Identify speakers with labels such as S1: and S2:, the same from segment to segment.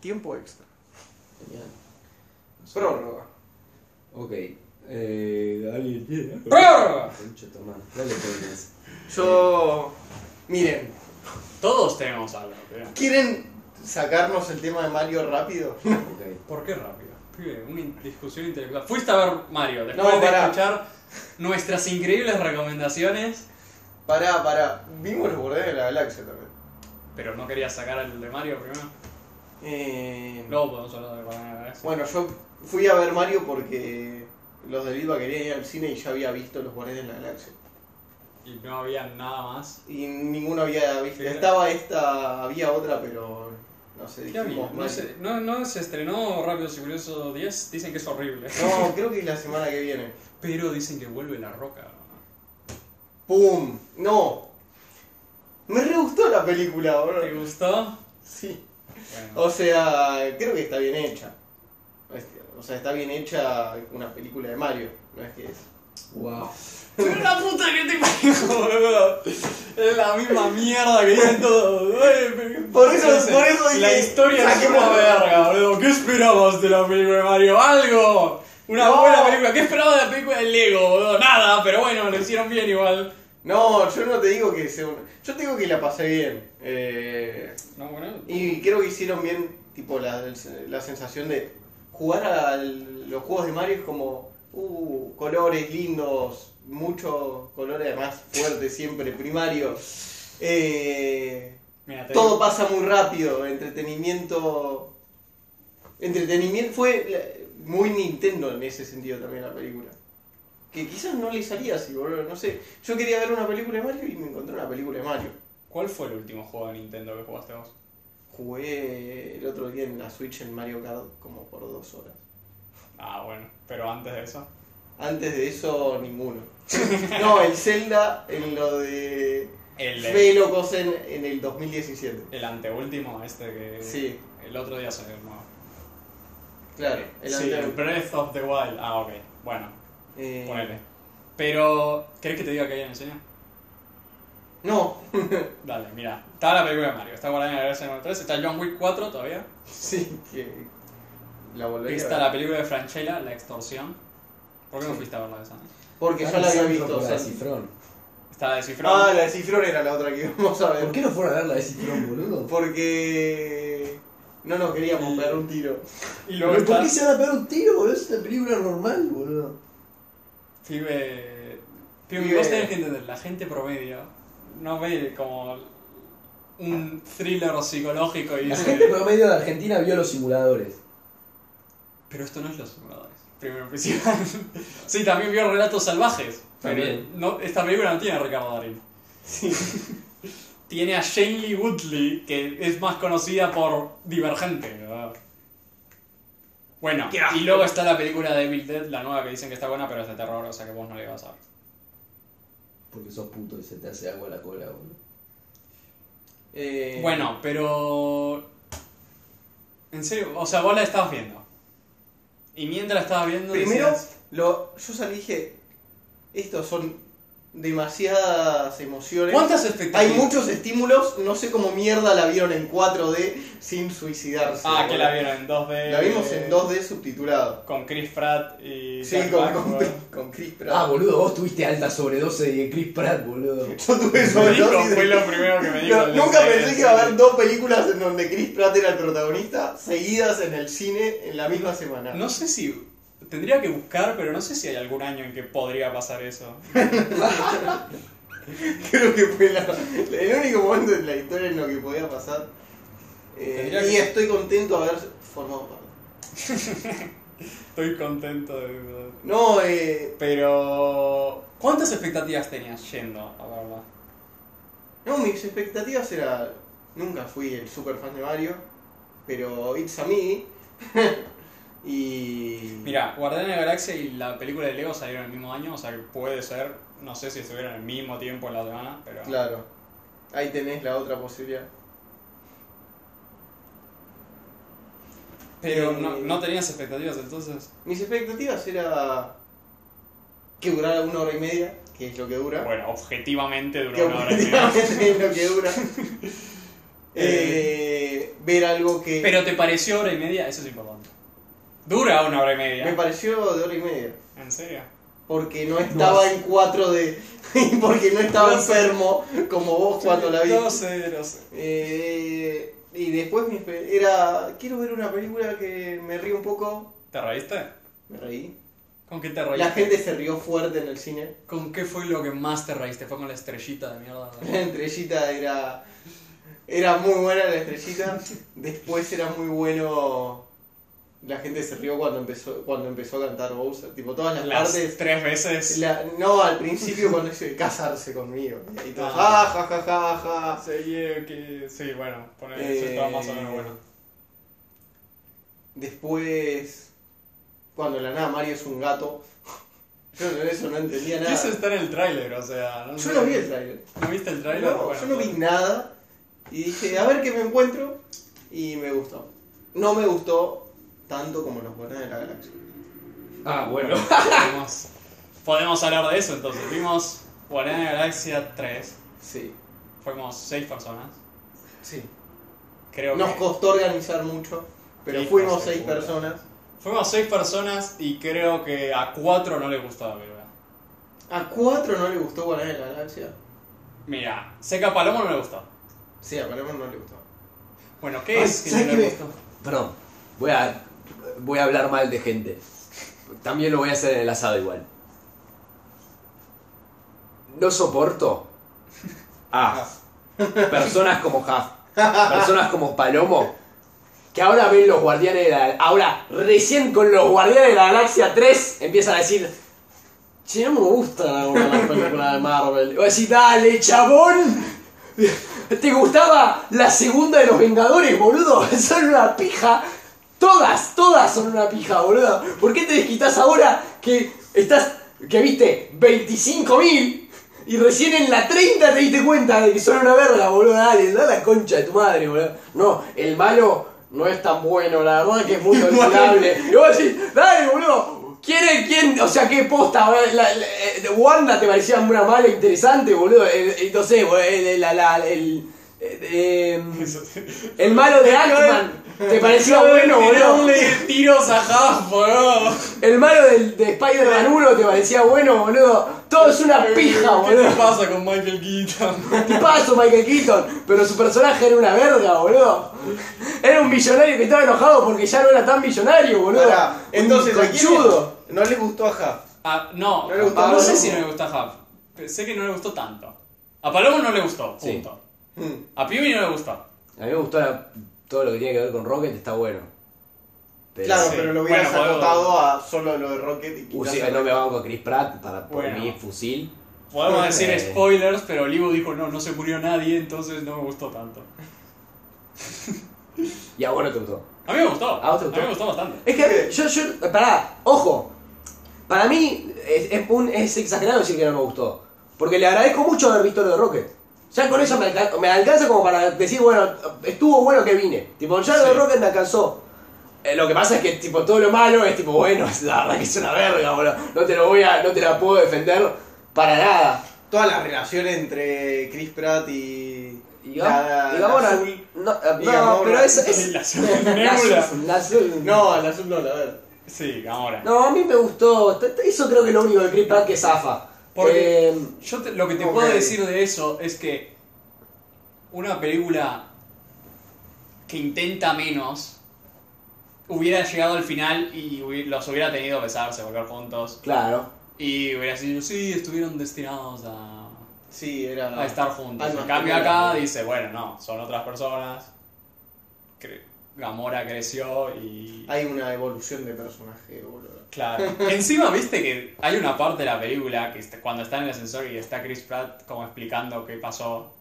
S1: tiempo extra.
S2: Genial.
S1: Prórroga.
S2: Ok. Eh, ¿Alguien tiene?
S1: ¡Prórroga!
S2: Concha tu madre. Dale con eso.
S1: Yo. Miren,
S3: Todos tenemos algo, pero-
S1: ¿quieren sacarnos el tema de Mario rápido?
S2: Ok.
S3: ¿Por qué rápido? Pibe, una in- discusión intelectual. Fuiste a ver Mario, después
S1: No,
S3: de
S1: pará.
S3: escuchar nuestras increíbles recomendaciones,
S1: Pará, pará. Vimos los bordes de la galaxia también.
S3: pero no querías sacar el de Mario primero.
S1: Eh,
S3: Luego podemos hablar de Guardianes de la Galaxia.
S1: Bueno, yo fui a ver Mario porque los de Bilba querían ir al cine y ya había visto los bordes de la galaxia.
S3: Y no había nada más.
S1: Y ninguno había visto.
S3: Sí.
S1: Estaba esta, había otra, pero no sé.
S3: ¿Qué
S1: dijimos,
S3: había? No,
S1: Mario.
S3: se, no, no se estrenó Rápidos y Curiosos 10, dicen que es horrible.
S1: No, creo que es la semana que viene.
S3: Pero dicen que vuelve la roca.
S1: ¡Pum! ¡No! Me re gustó la película,
S3: ¿Te
S1: bro.
S3: gustó?
S1: Sí.
S3: Bueno,
S1: O sea, creo que está bien hecha. Este, O sea, está bien hecha una película de Mario. No es que es.
S2: Wow.
S3: Pero la puta que te parió, boludo. Es la misma mierda que dicen todos. Ay, pero-
S1: Por eso- por eso
S3: La
S1: dije,
S3: historia es
S1: saquemos-
S3: una verga, boludo. ¿Qué esperamos de la película de Mario? ¡Algo! Una
S1: No.
S3: buena película. ¿Qué esperaba de la película de Lego, boludo? Nada, pero bueno, lo hicieron bien igual.
S1: No, yo no te digo que sea una- Yo te digo que la pasé bien. Eh,
S3: No, bueno.
S1: y creo que hicieron bien, tipo, la, la sensación de jugar a los juegos de Mario es como. Uh, colores lindos, muchos colores más fuertes siempre, primarios. Eh.
S3: Mira, te
S1: Todo
S3: digo,
S1: pasa muy rápido, entretenimiento... Entretenimiento fue la- muy Nintendo en ese sentido también la película. Que quizás no le salía así, boludo, no sé. Yo quería ver una película de Mario y me encontré una película de Mario.
S3: ¿Cuál fue el último juego de Nintendo que jugaste vos?
S1: Jugué el otro día en la Switch en Mario Kart como por dos horas.
S3: Ah, bueno. Pero antes de eso.
S1: Antes de eso, ninguno. No, el Zelda en lo de...
S3: El,
S1: Fe y Locos en, en el 2017.
S3: el anteúltimo, este que.
S1: Sí,
S3: El otro día salió el nuevo.
S1: claro. El
S3: sí,
S1: anterior.
S3: Breath of the Wild. Ah, ok. Bueno,
S1: Eh,
S3: ponele. Pero, ¿querés que te diga que hay en el cine?
S1: No,
S3: Dale, mira. Está la película de Mario, está Guardianes de la Galaxia número 3, está John Wick 4 todavía.
S1: Sí, que la volvería a
S3: Está
S1: ver.
S3: la película de Franchella, La Extorsión. ¿Por qué no fuiste a verla esa?
S1: Porque ya la había visto. o
S2: Por la
S1: sea-
S2: de Cifrón.
S3: Está de Cifrón.
S1: Ah, la de Cifrón era la otra que íbamos a
S2: ¿Por
S1: ver.
S2: qué no fueron a ver la de Cifrón, boludo?
S1: Porque no nos queríamos pegar un tiro.
S3: y
S2: ¿Pero
S3: luego está
S2: ¿Por qué se van a pegar un tiro, boludo? Es una película normal, boludo.
S3: Pibe. Pibe,
S1: Pibe.
S3: vos tenés que entender, la gente promedio no ve como un thriller psicológico y
S2: La
S3: dice,
S1: Eh.
S2: gente promedio de Argentina vio los simuladores.
S3: Pero esto no es los simuladores. Primero y principal. sí, también vio relatos salvajes. Pero
S2: También.
S3: no, esta película no tiene a Ricardo Darín. tiene a Shane Lee Woodley, que es más conocida por Divergente. ¿verdad? Bueno,
S1: Qué
S3: y luego está la película de Evil Dead, la nueva que dicen que está buena, pero es de terror, o sea que vos no le vas a ver.
S2: Porque sos puto y se te hace agua la cola, boludo.
S1: Eh,
S3: Bueno, pero. En serio, o sea, vos la estabas viendo. Y mientras la estabas viendo.
S1: Primero,
S3: decías,
S1: lo, yo salí y dije: Estos son demasiadas emociones.
S3: ¿cuántas
S1: Hay
S3: expectativas?
S1: muchos estímulos. No sé cómo mierda la vieron en 4D sin suicidarse.
S3: Ah, que la
S1: boludo.
S3: vieron en 2D.
S1: La vimos en 2D subtitulado.
S3: Con Chris Pratt y.
S1: Sí,
S3: Jack
S1: con,
S3: Black,
S1: con,
S3: boludo.
S1: con Chris Pratt.
S2: Ah, boludo, vos tuviste alta sobredose de Chris Pratt, boludo.
S1: Yo tuve
S3: Eso dijo,
S1: sobredosis de-
S3: fue lo primero que me dijo.
S1: No,
S3: el
S1: nunca
S3: de-
S1: pensé que iba a haber dos películas en donde Chris Pratt era el protagonista seguidas en el cine en la misma semana.
S3: No sé si. Tendría que buscar, pero no sé si hay algún año en que podría pasar eso.
S1: Creo que fue la- el único momento en la historia en lo que podía pasar. Eh,
S3: Tendría
S1: y
S3: que-
S1: estoy contento de haber formado parte.
S3: Estoy contento de.
S1: No, eh,
S3: Pero. ¿Cuántas expectativas tenías yendo a verla?
S1: no, mis expectativas eran... Nunca fui el super fan de Mario, pero It's a Me. y...
S3: Mira, Guardianes de la Galaxia y la película de Lego salieron el mismo año, o sea que puede ser, no sé si estuvieron el mismo tiempo en la semana, pero
S1: Claro. Ahí tenés la otra posibilidad.
S3: pero
S1: Eh,
S3: no, no tenías expectativas entonces.
S1: Mis expectativas era que durara una hora y media, que es lo que dura.
S3: Bueno, objetivamente
S1: que
S3: duró una hora y media.
S1: objetivamente es lo que dura. Eh, ver algo que
S3: Pero te pareció hora y media, eso es importante. Dura una hora y media.
S1: me pareció de hora y media.
S3: ¿En serio?
S1: Porque no estaba en 4D. Y porque no estaba
S3: No sé.
S1: enfermo como vos cuando la vi.
S3: No sé, no sé.
S1: Eh, y después mi espe- era. Quiero ver una película que me ríe un poco.
S3: ¿Te reíste?
S1: Me reí.
S3: ¿Con qué te
S1: La
S3: reíste?
S1: gente se rió fuerte en el cine.
S3: ¿Con qué fue lo que más te reíste? ¿Fue con la estrellita de mierda?
S1: La estrellita era. Era muy buena la estrellita. Después era muy bueno. La gente se rió cuando empezó, cuando empezó a cantar Bowser. Tipo, todas las,
S3: Las
S1: partes.
S3: tres veces.
S1: la- no, al principio cuando dice casarse conmigo. Y todos,
S3: Ah.
S1: "Ah, ja, ja, ja, ja".
S3: Sí, eh, que- sí, bueno, poner eso estaba más o menos
S1: Eh,
S3: bueno.
S1: Después, cuando de la nada Mario es un gato, yo de eso no entendía nada.
S3: Eso está en el tráiler, o sea... No
S1: Yo
S3: sé.
S1: no vi el trailer.
S3: ¿No viste el tráiler?
S1: No,
S3: Bueno, pues.
S1: yo no vi nada. Y dije, a ver qué me encuentro. Y me gustó. No me gustó tanto como los buenos de la galaxia.
S2: Ah, bueno.
S3: bueno, podemos, podemos hablar de eso entonces. Vimos Guardianes de la Galaxia 3.
S1: Sí,
S3: Fuimos seis personas.
S1: sí.
S3: Creo
S1: Nos
S3: que...
S1: costó organizar mucho, pero
S3: Sí,
S1: fuimos
S3: hijos de
S1: seis
S3: puta.
S1: personas.
S3: Fuimos seis personas y creo que a cuatro no les gustó la película.
S1: A cuatro no le gustó Guardianes de la Galaxia.
S3: Mira, sé que a Palomo no le gustó.
S1: Sí, a Palermo no le gustó.
S3: Bueno, ¿qué
S2: Ay,
S3: es que
S2: ¿sabes
S3: no
S2: qué
S3: le
S2: me-
S3: gustó?
S2: Perdón. Voy a, voy a hablar mal de gente. También lo voy a hacer en el asado igual. No soporto a personas como Huff, personas como Palomo, que ahora ven los Guardianes de la Ahora, recién con los Guardianes de la Galaxia 3, empiezan a decir... Che, no me gustan ahora las películas de Marvel. Y voy a decir, dale, chabón. ¿Te gustaba la segunda de los Vengadores, boludo? Son una pija. Todas, todas son una pija, boludo. ¿Por qué te desquitas ahora que estás, que viste 25.000 y recién en la 30 te diste cuenta de que son una verga, boludo? Dale, da la concha de tu madre, boludo. No, el malo no es tan bueno, la verdad que es muy olvidable. Y vos decís, dale, boludo. ¿Quién es quién? O sea, ¿qué posta? boludo? La- la- eh, Wanda te parecía una mala interesante, boludo. Eh, eh, no sé, boludo, eh, la- la- el. eh, eh, el malo de Ant-Man te parecía bueno, boludo.
S3: Tirarle tiros a Huff, boludo.
S2: El malo del, de Spider-Man 1 te parecía bueno, boludo. Todo es una pija,
S3: ¿Qué te
S2: Ah, boludo.
S3: pasa con Michael Keaton?
S2: Te paso Michael Keaton, pero su personaje era una verga, boludo. Era un millonario que estaba enojado porque ya no era tan millonario, boludo.
S1: Pará,
S2: Un
S1: entonces, ¿a quién
S2: conchudo.
S1: le- no le gustó a Huff.
S3: Ah, no,
S1: No le gustó
S3: no
S1: a
S3: sé
S1: Palomo.
S3: si no le gusta Huff. Sé que no le gustó tanto. A Palomo no le gustó,
S2: Sí.
S3: punto.
S1: Mm.
S3: A Piumi no le gustó.
S2: A mí me gustó la- todo lo que tiene que ver con Rocket, está bueno. Pero
S1: Claro,
S3: Sí.
S1: pero lo hubieras
S3: Bueno, puedo-
S1: acotado a solo lo de Rocket y
S2: uh,
S1: quizás
S2: sí,
S1: a-
S2: no me banco a Chris Pratt para por
S3: Bueno.
S2: mí fusil.
S3: Podemos decir
S2: Eh.
S3: spoilers, pero Olivo dijo no, no se murió nadie, entonces no me gustó tanto.
S2: Y a vos no te gustó.
S3: A mí me gustó.
S2: ¿A vos Ah, te
S3: mí me
S2: gustó?
S3: gustó bastante.
S2: Es que yo, yo, pará, ojo. Para mí es, es un- es exagerado decir que no me gustó. Porque le agradezco mucho haber visto lo de Rocket. Ya con eso me, alca- me alcanza como para decir, bueno, estuvo bueno que vine. Tipo, ya lo de
S3: Sí.
S2: Rocket me alcanzó. Eh, lo que pasa es que tipo todo lo malo es tipo, bueno, la verdad que es una verga, boludo. No te lo voy a, no te la puedo defender para nada.
S1: Toda la relación entre Chris Pratt y.
S2: Y Gam- y Gamora-
S1: azul.
S2: no, eh,
S1: y
S2: no,
S1: Gamora-
S2: pero es, es
S3: La azul nebula.
S2: azul, la azul.
S1: No, la azul no, la ver.
S3: Sí, ahora.
S2: No, a mí me gustó. T- t- Eso creo que es lo único de Chris Pratt que zafa.
S3: Porque-
S2: Eh,
S3: Yo te- lo que te
S1: Ok.
S3: puedo decir de eso es que una película que intenta menos hubiera llegado al final y hubi- los hubiera tenido que besarse, volver juntos
S2: claro.
S3: y hubiera sido, sí, estuvieron destinados a,
S1: Sí, era.
S3: a estar juntos.
S1: Almas
S3: En cambio
S1: gemelas,
S3: acá
S1: Ah. ¿no?
S3: dice, bueno, no, son otras personas. Cre- Gamora creció y...
S1: Hay una evolución de personaje, boludo.
S3: Claro. Encima, viste que hay una parte de la película que está- cuando está en el ascensor y está Chris Pratt como explicando qué pasó.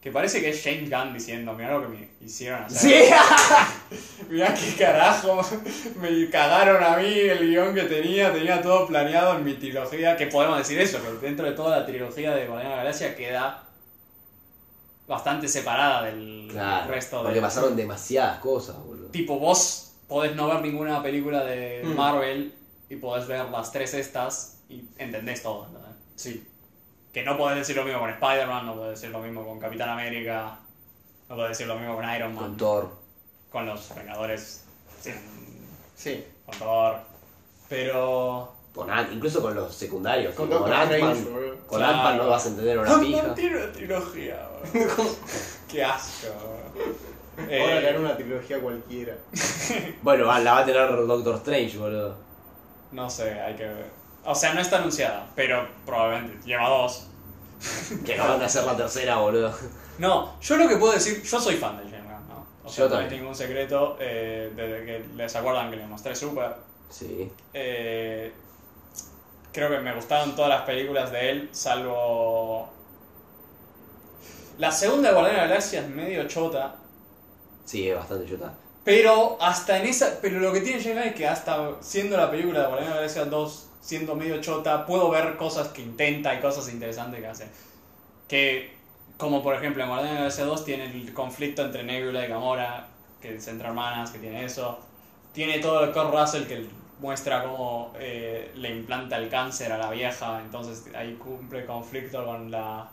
S3: Que parece que es James Gunn diciendo, mirá lo que me hicieron hacer.
S2: Sí.
S3: Mirá qué carajo. Me cagaron a mí el guión que tenía. Tenía todo planeado en mi trilogía. Que podemos decir eso, que dentro de toda la trilogía de Guardián de la Galaxia queda bastante separada del
S2: Claro.
S3: resto de...
S2: Porque pasaron demasiadas cosas, boludo.
S3: Tipo, vos podés no ver ninguna película de
S1: Mm.
S3: Marvel y podés ver las tres estas y entendés todo, ¿entendés?
S1: Sí.
S3: Que no podés decir lo mismo con Spider-Man, no podés decir lo mismo con Capitán América. No puedo decir lo mismo con Iron Man.
S2: Con Thor.
S1: Mm.
S3: con los Vengadores. sí,
S1: Sí.
S3: con Thor. Pero.
S2: Con Ant- incluso con los secundarios.
S1: Con
S2: tipo,
S1: Doctor
S2: Ant-Man.
S1: Strange, boludo.
S2: Con
S3: Claro.
S2: Ant-Man no vas a entender una pija.
S3: Ant-Man tiene una trilogía, boludo. Qué asco, boludo.
S1: Ahora
S3: Eh,
S1: harán una trilogía cualquiera.
S2: Bueno, va- la va a tener Doctor Strange, boludo.
S3: No sé, hay que ver. O sea, no está anunciada, pero probablemente lleva dos.
S2: Que no van a hacer la tercera, boludo.
S3: No, yo lo que puedo decir, yo soy fan de James Gunn, ¿no? O sea,
S2: Yo
S3: no es
S2: también.
S3: ningún secreto, eh, desde que les acuerdan que les mostré Super.
S2: Sí.
S3: eh, creo que me gustaron todas las películas de él, salvo. La segunda de Guardián de la Galaxia es medio chota,
S2: Sí, es bastante chota.
S3: Pero hasta en esa. Pero lo que tiene James Gunn es que hasta siendo la película de Guardianes de la Galaxia 2, siendo medio chota, puedo ver cosas que intenta y cosas interesantes que hace. Que, como por ejemplo en Guardianes de la Galaxia 2, tiene el conflicto entre Nebula y Gamora, que son entre hermanas, que tiene eso. Tiene todo el Kurt Russell que muestra cómo eh, le implanta el cáncer a la vieja, entonces ahí cumple conflicto con la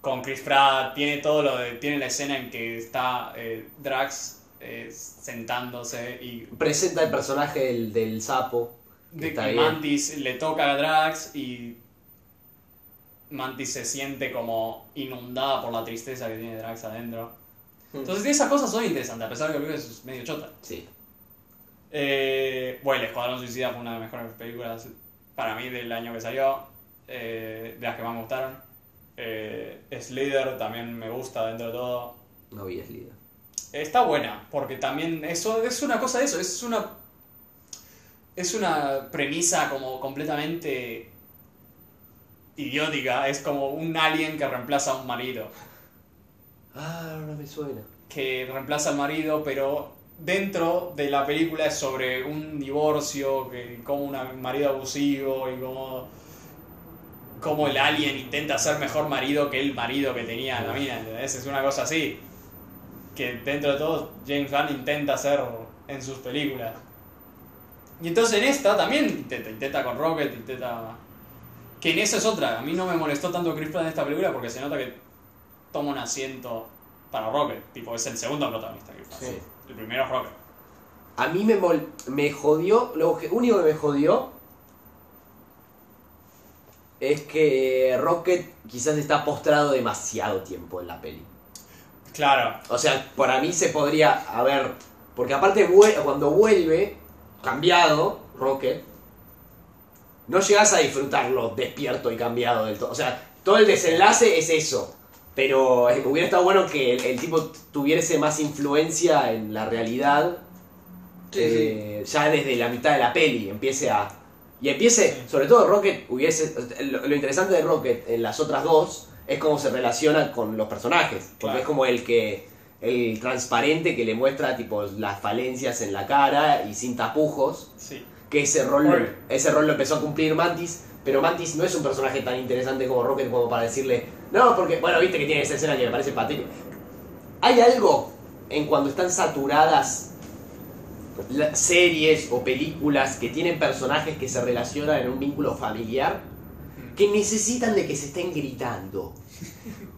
S3: con Chris Pratt, tiene todo lo de, tiene la escena en que está eh, Drax eh, sentándose y
S2: Presenta el personaje del, del sapo. que
S3: de
S2: está
S3: que
S2: bien.
S3: Mantis le toca a Drax y Mantis se siente como inundada por la tristeza que tiene Drax adentro.
S2: Mm.
S3: Entonces esas cosas son interesantes, a pesar de que el video es medio chota.
S2: Sí.
S3: Eh, bueno, El Escuadrón Suicida fue una de las mejores películas para mí del año que salió, eh, de las que más me gustaron. Eh, Slither también me gusta dentro de todo.
S2: No vi Slida.
S3: Está buena, porque también eso es una cosa de eso, es una es una premisa como completamente idiótica, es como un alien que reemplaza a un marido,
S2: Ah, no me suena.
S3: que reemplaza al marido, pero dentro de la película es sobre un divorcio, que como una- un marido abusivo y como como el alien intenta ser mejor marido que el marido que tenía la mina, ¿entendés? Es una cosa así. que dentro de todo James Gunn intenta hacer en sus películas. Y entonces en esta también intenta, intenta con Rocket, intenta... Que en eso es otra, a mí no me molestó tanto Chris Pratt en esta película porque se nota que toma un asiento para Rocket, tipo es el segundo protagonista Chris Pratt.
S1: Sí.
S3: El primero es Rocket.
S2: A mí me, mol- me jodió, lo que- único que me jodió es que Rocket quizás está postrado demasiado tiempo en la peli.
S3: Claro,
S2: O sea, para mí se podría haber, porque aparte vuel- cuando vuelve, cambiado, Rocket, no llegas a disfrutarlo despierto y cambiado del todo. O sea, todo el desenlace es eso. Pero eh, hubiera estado bueno que el, el tipo tuviese más influencia en la realidad eh, ya desde la mitad de la peli empiece a... Y empiece,
S3: Sí.
S2: sobre todo Rocket, hubiese... Lo, lo interesante de Rocket en las otras dos es cómo se relaciona con los personajes. Porque
S3: Claro.
S2: es como el que... El transparente que le muestra tipo las falencias en la cara y sin tapujos.
S3: sí.
S2: Que ese rol,
S3: Oye.
S2: ese rol lo empezó a cumplir Mantis. Pero Mantis no es un personaje tan interesante como Rocket como para decirle... No, porque... Bueno, viste que tiene esa escena que me parece patética. Hay algo en cuando están saturadas la- series o películas que tienen personajes que se relacionan en un vínculo familiar que necesitan de que se estén gritando.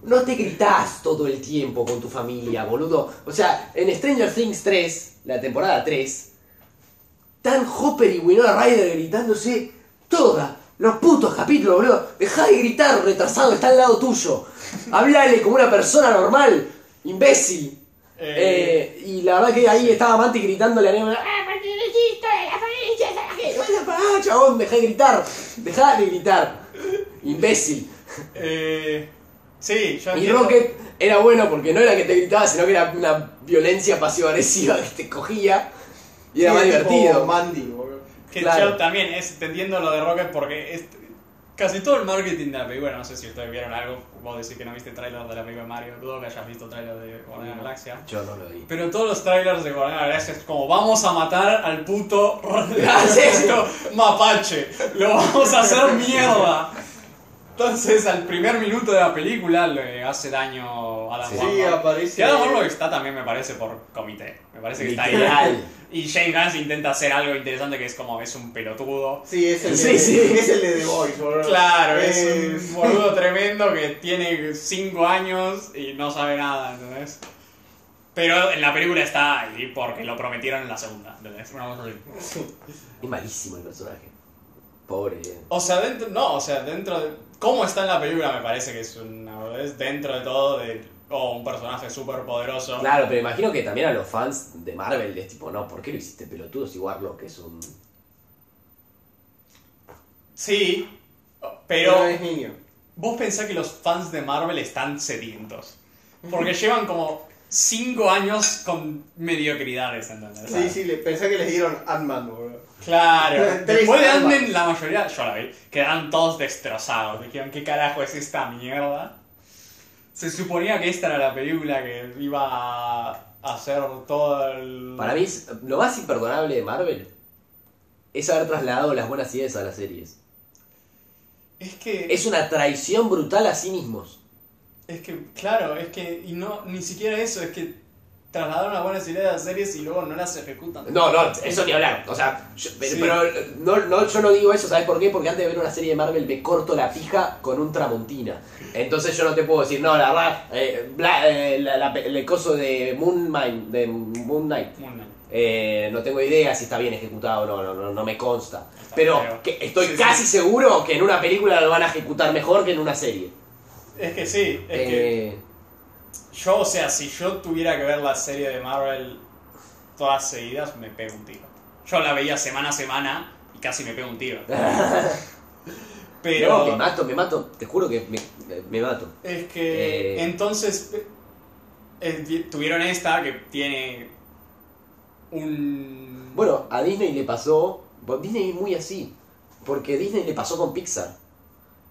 S2: No te gritás todo el tiempo con tu familia, boludo. O sea, en Stranger Things 3, la temporada 3, tan Hopper y Winona Ryder gritándose todos los putos capítulos, boludo. Dejá de gritar, retrasado, está al lado tuyo. Hablale como una persona normal, imbécil.
S3: Eh,
S2: Eh, y la verdad que ahí estaba Manti gritándole a Nemo. ¡Ah, Martín, de la familia! de la gente". Bueno, pará, chabón! Dejá de gritar. Dejá de gritar. Imbécil.
S3: eh, sí, yo
S2: Y
S3: entiendo.
S2: Rocket era bueno porque no era que te gritaba, sino que era una violencia pasivo-agresiva que te cogía. Y era
S1: Sí,
S2: más
S1: es tipo
S2: divertido.
S1: Mandy, boludo.
S3: Que
S2: Claro.
S3: yo también es, te entiendo lo de Rocket porque es, casi todo el marketing de la película, no sé si ustedes vieron algo, vos decís que no viste tráiler de la película de Mario, dudo que hayas visto tráiler de Guardián de la Galaxia.
S2: Yo no lo vi.
S3: Pero todos los trailers de Guardián de la Galaxia es como vamos a matar al puto
S2: Ah, sí.
S3: esto, mapache, lo vamos a hacer mierda. Entonces, al primer minuto de la película le hace daño a Adam
S2: Sí.
S1: Sí,
S3: Warlock.
S1: aparece.
S3: Que Adam Warlock está también, me parece, por comité. Me parece que está ahí.
S2: Literal.
S3: Y Shane Gans intenta hacer algo interesante que es como, es un pelotudo.
S1: Sí, es el,
S2: Sí,
S1: de,
S2: sí.
S1: Es el de The Voice, boludo.
S3: Claro,
S1: Eh,
S3: es un boludo tremendo que tiene 5 años y no sabe nada, ¿entendés? Pero en la película está ahí porque lo prometieron en la segunda, ¿entendés? Una cosa así.
S2: Es malísimo el personaje. Pobre.
S3: O sea, dentro, no, o sea, dentro de... ¿Cómo está en la película? Me parece que es una... Es dentro de todo de... Oh, un personaje súper poderoso.
S2: Claro, pero imagino que también a los fans de Marvel es tipo, no, ¿por qué lo hiciste pelotudo si Warlock es un.
S3: Sí,
S1: Pero
S3: pero
S1: es niño.
S3: vos pensás que los fans de Marvel están sedientos. Porque llevan como 5 años con mediocridades, ¿entendés?
S1: Sí, sí, le, pensé que les dieron Ant-Man, boludo.
S3: Claro.
S1: Tres
S3: Después de
S1: almas.
S3: Anden, la mayoría, yo la vi, quedaron todos destrozados. Dijeron, ¿qué carajo es esta mierda? Se suponía que esta era la película que iba a hacer todo el...
S2: Para mí, es, lo más imperdonable de Marvel es haber trasladado las buenas ideas a las series.
S3: Es que...
S2: Es una traición brutal a sí mismos.
S3: Es que, claro, es que... Y no, ni siquiera eso, es que trasladaron las buenas ideas a las series y luego no las ejecutan.
S2: No, no, eso ni hablar. O sea, yo, pero-
S3: Sí.
S2: pero no, no, yo no digo eso, ¿sabes por qué? Porque antes de ver una serie de Marvel me corto la pija con un tramontina. Entonces yo no te puedo decir, no, la verdad, eh, Bla- eh, la- la- el coso de Moon, Mine- de Moon Knight.
S3: Moon Knight.
S2: Eh, no tengo idea si está bien ejecutado o no, no, no, no me consta.
S3: Está
S2: Pero
S3: feo.
S2: que estoy
S3: Sí, sí.
S2: casi seguro que en una película lo van a ejecutar mejor que en una serie.
S3: Es que sí, es que...
S2: Eh,
S3: Yo, o sea, si yo tuviera que ver la serie de Marvel todas seguidas, me pego un tiro. Yo la veía semana a semana y casi me pego un tiro.
S2: Eh, no, me
S3: Pero
S2: mato, me mato, te juro que me, me mato.
S3: es que
S2: Eh.
S3: entonces eh, eh, di- tuvieron esta que tiene un...
S2: Bueno, a Disney le pasó. bueno, Disney es muy así. Porque Disney le pasó con Pixar.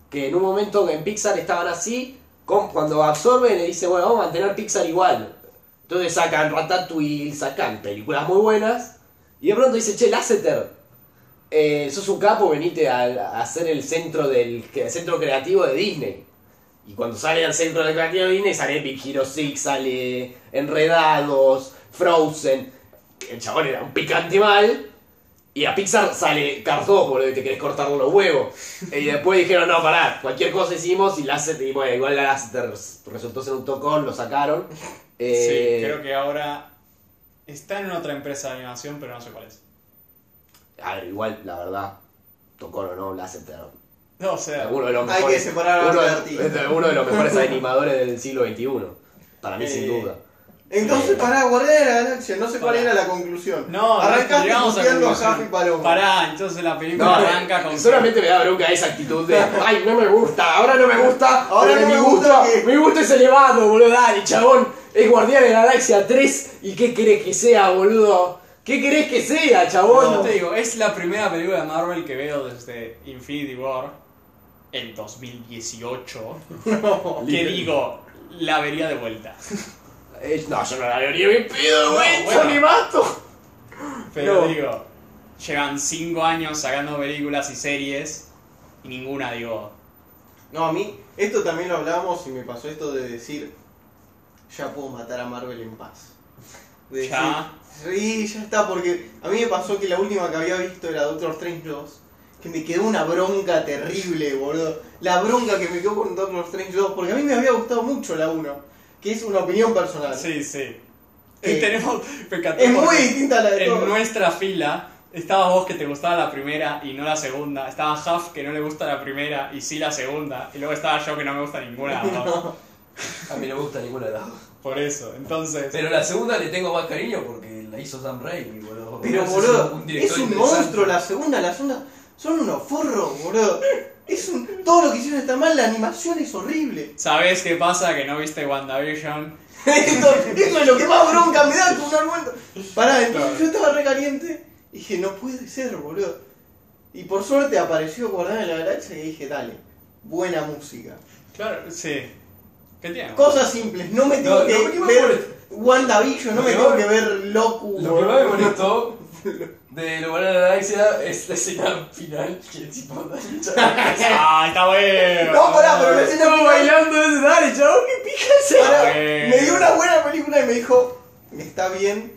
S2: Que en un momento en Pixar estaban así. con- cuando absorben, le dice, bueno, vamos a mantener Pixar igual. Entonces sacan Ratatouille, sacan películas muy buenas. Y de pronto dice, che, Lasseter, eh, sos un capo, venite a, a hacer el centro, del, el centro creativo de Disney. Y cuando sale al centro del creativo de Disney, sale Big Hero 6, sale Enredados, Frozen. El chabón era un picante mal. Y a Pixar sale Cars2, boludo, y te querés cortar los huevos. Y después dijeron, no, pará, cualquier cosa hicimos y Lasseter, y bueno, igual Lasseter resultó ser un tocón, lo sacaron. Eh,
S3: Sí, creo que ahora está en otra empresa de animación, pero no sé cuál es.
S2: A ver, igual, la verdad, tocó o no, Lasseter.
S3: No, o sea,
S2: Uno de los
S1: Hay
S2: mejores.
S1: que separar a
S2: uno,
S1: arte de artista.
S2: uno de los mejores animadores del siglo XXI. Para mí, sin
S1: Eh,
S2: duda.
S1: Entonces, pará, ¿cuál era la galaxia? No sé cuál
S3: Pará.
S1: era la conclusión.
S3: no, no
S1: arrancaste
S3: llegamos a
S1: puteando a
S3: conclusión.
S1: Javi Paloma.
S3: Pará, entonces la película
S2: No,
S3: arranca con...
S2: solamente me da bronca esa actitud de ay, no me gusta, ahora no me gusta,
S1: Ahora
S2: pero
S1: no
S2: mi
S1: me
S2: gusto,
S1: gusta que-
S2: mi gusto es elevado, boludo, dale, chabón, es Guardián de la Galaxia 3 y qué querés que sea, boludo, qué querés que sea, chabón.
S3: Yo te digo, es la primera película de Marvel que veo desde Infinity War, el 2018, que
S2: Literal.
S3: digo, la vería de vuelta.
S2: Eh, no, yo no la veo ni me pido,
S3: No,
S2: güey,
S3: bueno.
S2: yo ni mato.
S3: Pero
S2: No.
S3: digo, llevan 5 años sacando películas y series y ninguna, digo,
S1: No, a mí, esto también lo hablábamos y me pasó esto de decir, ya puedo matar a Marvel en paz. De decir,
S3: Ya.
S1: sí, ya está, porque a mí me pasó que la última que había visto era Doctor Strange 2, que me quedó una bronca terrible, boludo. La bronca que me quedó con Doctor Strange 2, porque a mí me había gustado mucho la 1, que es una opinión personal.
S3: sí, sí.
S1: Eh,
S3: Y tenemos, me encantó
S1: Es muy
S3: porque
S1: distinta a la de
S3: En
S1: Thor.
S3: nuestra fila estabas vos que te gustaba la primera y no la segunda, estaba Huff que no le gusta la primera y sí la segunda, y luego estaba yo que no me gusta ninguna. de las dos.
S4: A mí no me gusta ninguna de las dos.
S3: Por eso, entonces...
S4: Pero la segunda le tengo más cariño porque la hizo Sam Raimi, boludo.
S1: Pero
S4: Ese
S1: boludo,
S4: director
S1: es un
S4: interesante.
S1: monstruo la segunda, la segunda son unos forros, boludo. Es un, todo lo que hicieron está mal, la animación es horrible.
S3: ¿Sabes qué pasa? Que no viste WandaVision.
S1: Eso, eso es lo que más bronca me da con un argumento. Pará, entonces yo estaba recaliente y dije, no puede ser, boludo. Y por suerte apareció Guardián de la Galaxia y dije, dale, buena música.
S3: Claro, sí. ¿Qué tiene?
S1: Cosas simples, no me tengo
S4: No,
S1: que
S4: lo que más
S1: ver
S4: molesta-
S1: WandaVision, no
S4: lo
S1: me
S4: que
S1: tengo
S4: más-
S1: que ver Locu.
S4: Lo que más me molestó de los Guardianes de la Galaxia es la escena final que el tipo anda hinchando.
S3: ¡Ah, está bueno!
S1: No, pará, pero la escena
S4: Estaba
S1: final-
S4: bailando ese dale, chavo, qué pija esa.
S1: Ahora,
S3: bueno.
S1: me dio una buena película y me dijo, está bien,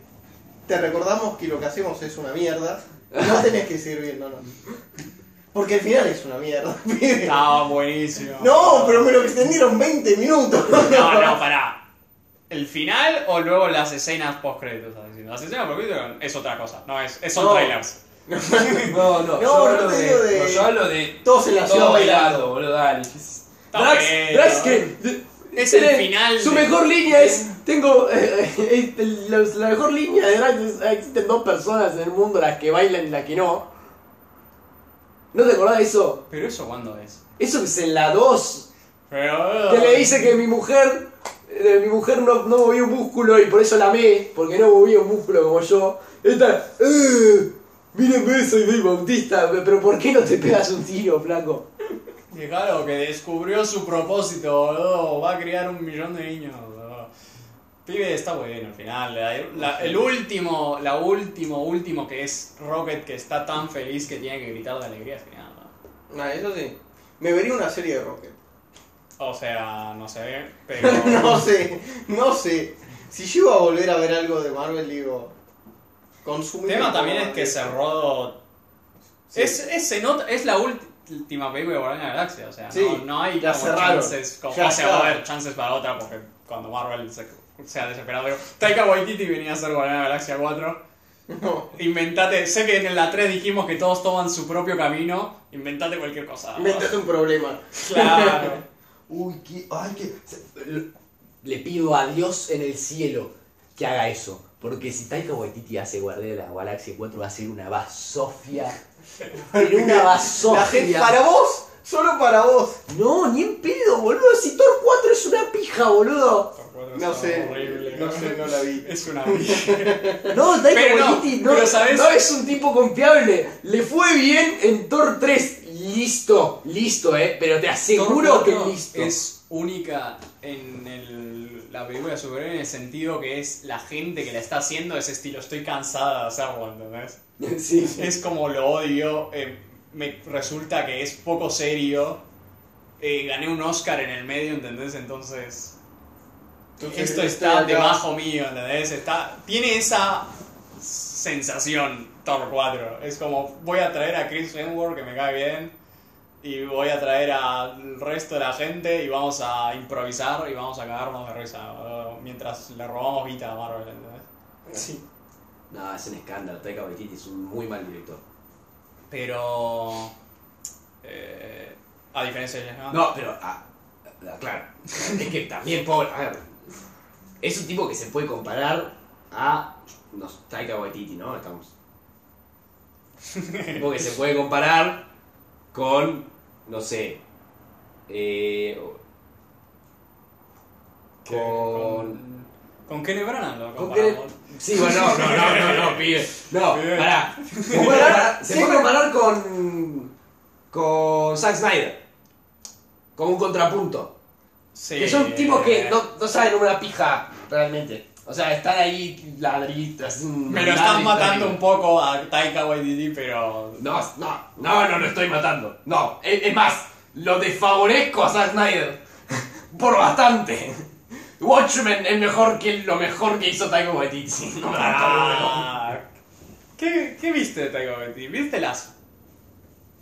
S1: te recordamos que lo que hacemos es una mierda, no tenés que seguir viéndonos. Porque el final es una mierda. pibe.
S3: Estaba buenísimo.
S1: No, pero me lo extendieron 20 minutos.
S3: No, no, pará. ¿El final o luego las escenas post-créditos? estás diciendo? Las escenas post-créditos es otra cosa, no, es, es son
S1: No.
S3: trailers.
S4: No, no,
S1: No,
S4: yo
S1: yo
S4: hablo
S1: te
S4: de,
S1: digo de-
S4: no, yo hablo de
S1: Todos en la ciudad
S4: todo
S1: bailando.
S4: bailando, boludo, dale.
S2: Drax,
S3: bueno.
S2: Drax que.
S3: Es el
S2: tiene-
S3: final
S2: Su
S3: de-
S2: mejor línea es. Tengo. eh, eh, eh, la, la mejor línea de Drax es. Existen dos personas en el mundo, las que bailan y las que no. ¿No te acordás de eso?
S3: ¿Pero eso cuándo es?
S2: Eso que es en la 2.
S3: Pero...
S2: Que le dice que mi mujer. eh, mi mujer no, no movía un músculo y por eso la amé, porque no movía un músculo como yo. Esta. Eh, mírenme, soy Dave Bautista, pero ¿por qué no te pegas un tiro, flaco?
S3: Que claro, que descubrió su propósito, boludo. Va a criar un millón de niños, boludo. Pibe, está bueno al final. La- la- el último, la último, último que es Rocket, que está tan feliz que tiene que gritar de alegría al final. ¿no?
S1: No, Ah, eso sí. Me vería una serie de Rocket.
S3: O sea, no sé, pero.
S1: No sé, no sé. Si llego a volver a ver algo de Marvel, digo.
S3: El
S1: Consumir.
S3: tema también es que cerró.
S1: Sí.
S3: Es, es, se nota- es la última película de Guardianes de la Galaxia, o sea,
S1: Sí,
S3: no, no hay
S1: la
S3: como
S1: cerraron.
S3: chances, como,
S1: Ya
S3: o sea, va a
S1: está.
S3: haber chances para otra, porque cuando Marvel se, sea desesperado, digo, Taika Waititi venía a hacer Guardianes de la Galaxia 4,
S1: No.
S3: inventate, sé que en la 3 dijimos que todos toman su propio camino, inventate cualquier cosa. ¿no?
S1: Métete un problema.
S3: Claro.
S2: Uy, qué, ay, qué. se- Le pido a Dios en el cielo que haga eso. Porque si Taika Waititi hace Guardia de la Galaxia 4, va a ser una basofia. Pero una basofia.
S1: La gente, para vos, solo para vos.
S2: No, ni en pedo, boludo. Si Thor 4 es una pija, boludo.
S3: Por cuatro
S1: No
S3: está
S1: sé,
S3: horrible.
S1: no sé, no la vi.
S3: Es una virgen.
S2: No, Taika
S3: Pero no,
S2: Waititi no,
S3: pero ¿sabes?
S2: no es un tipo confiable. Le fue bien en Thor 3. Listo, listo, eh. Pero te aseguro
S3: Thor
S2: que
S3: cuatro
S2: listo.
S3: Es única en el- la película de superhéroes en el sentido que es la gente que la está haciendo ese estilo. Estoy cansada de hacerlo, ¿entendés?
S2: Sí.
S3: Es como lo odio, eh, me resulta que es poco serio. eh, gané un Oscar en el medio, ¿entendés? Entonces...
S1: Entonces,
S3: Esto
S1: estoy
S3: está
S1: acá.
S3: debajo mío, ¿entendés? Está, tiene esa sensación Thor 4. Es como, voy a traer a Chris Hemsworth, que me cae bien, y voy a traer al resto de la gente y vamos a improvisar y vamos a cagarnos de risa boludo, mientras le robamos guita a Marvel, ¿entendés?
S1: Sí.
S2: No, es un escándalo. Taika Waititi es un muy mal director.
S3: Pero... eh, a diferencia de James Gunn.
S2: No, pero ah, ah, claro. Es que también pobre. a ver, es un tipo que se puede comparar a no, sé, Taika Waititi, ¿no? Estamos. Un tipo que se puede comparar con no sé. eh,
S3: Que
S2: con
S3: ¿Con Kenneth Branagh lo
S2: ¿Con
S3: comparamos?
S2: Sí, bueno, no, no, no, no, no, pibe. No,
S3: Pibe.
S2: pará. Se puede comparar, se puede comparar con. con Zack Snyder. Como un contrapunto.
S3: Sí.
S2: Que son tipos que no, no saben una pija realmente. O sea, están ahí ladritas.
S3: Pero están matando un poco a Taika Waititi, pero...
S2: No, no, no, no lo estoy matando. No, es, es más, lo desfavorezco a Zack Snyder. Por bastante. Watchmen es mejor que lo mejor que hizo Taika Waititi. No me la tomo, no.
S3: Ah, ¿Qué, qué viste de Taika Waititi? ¿Viste las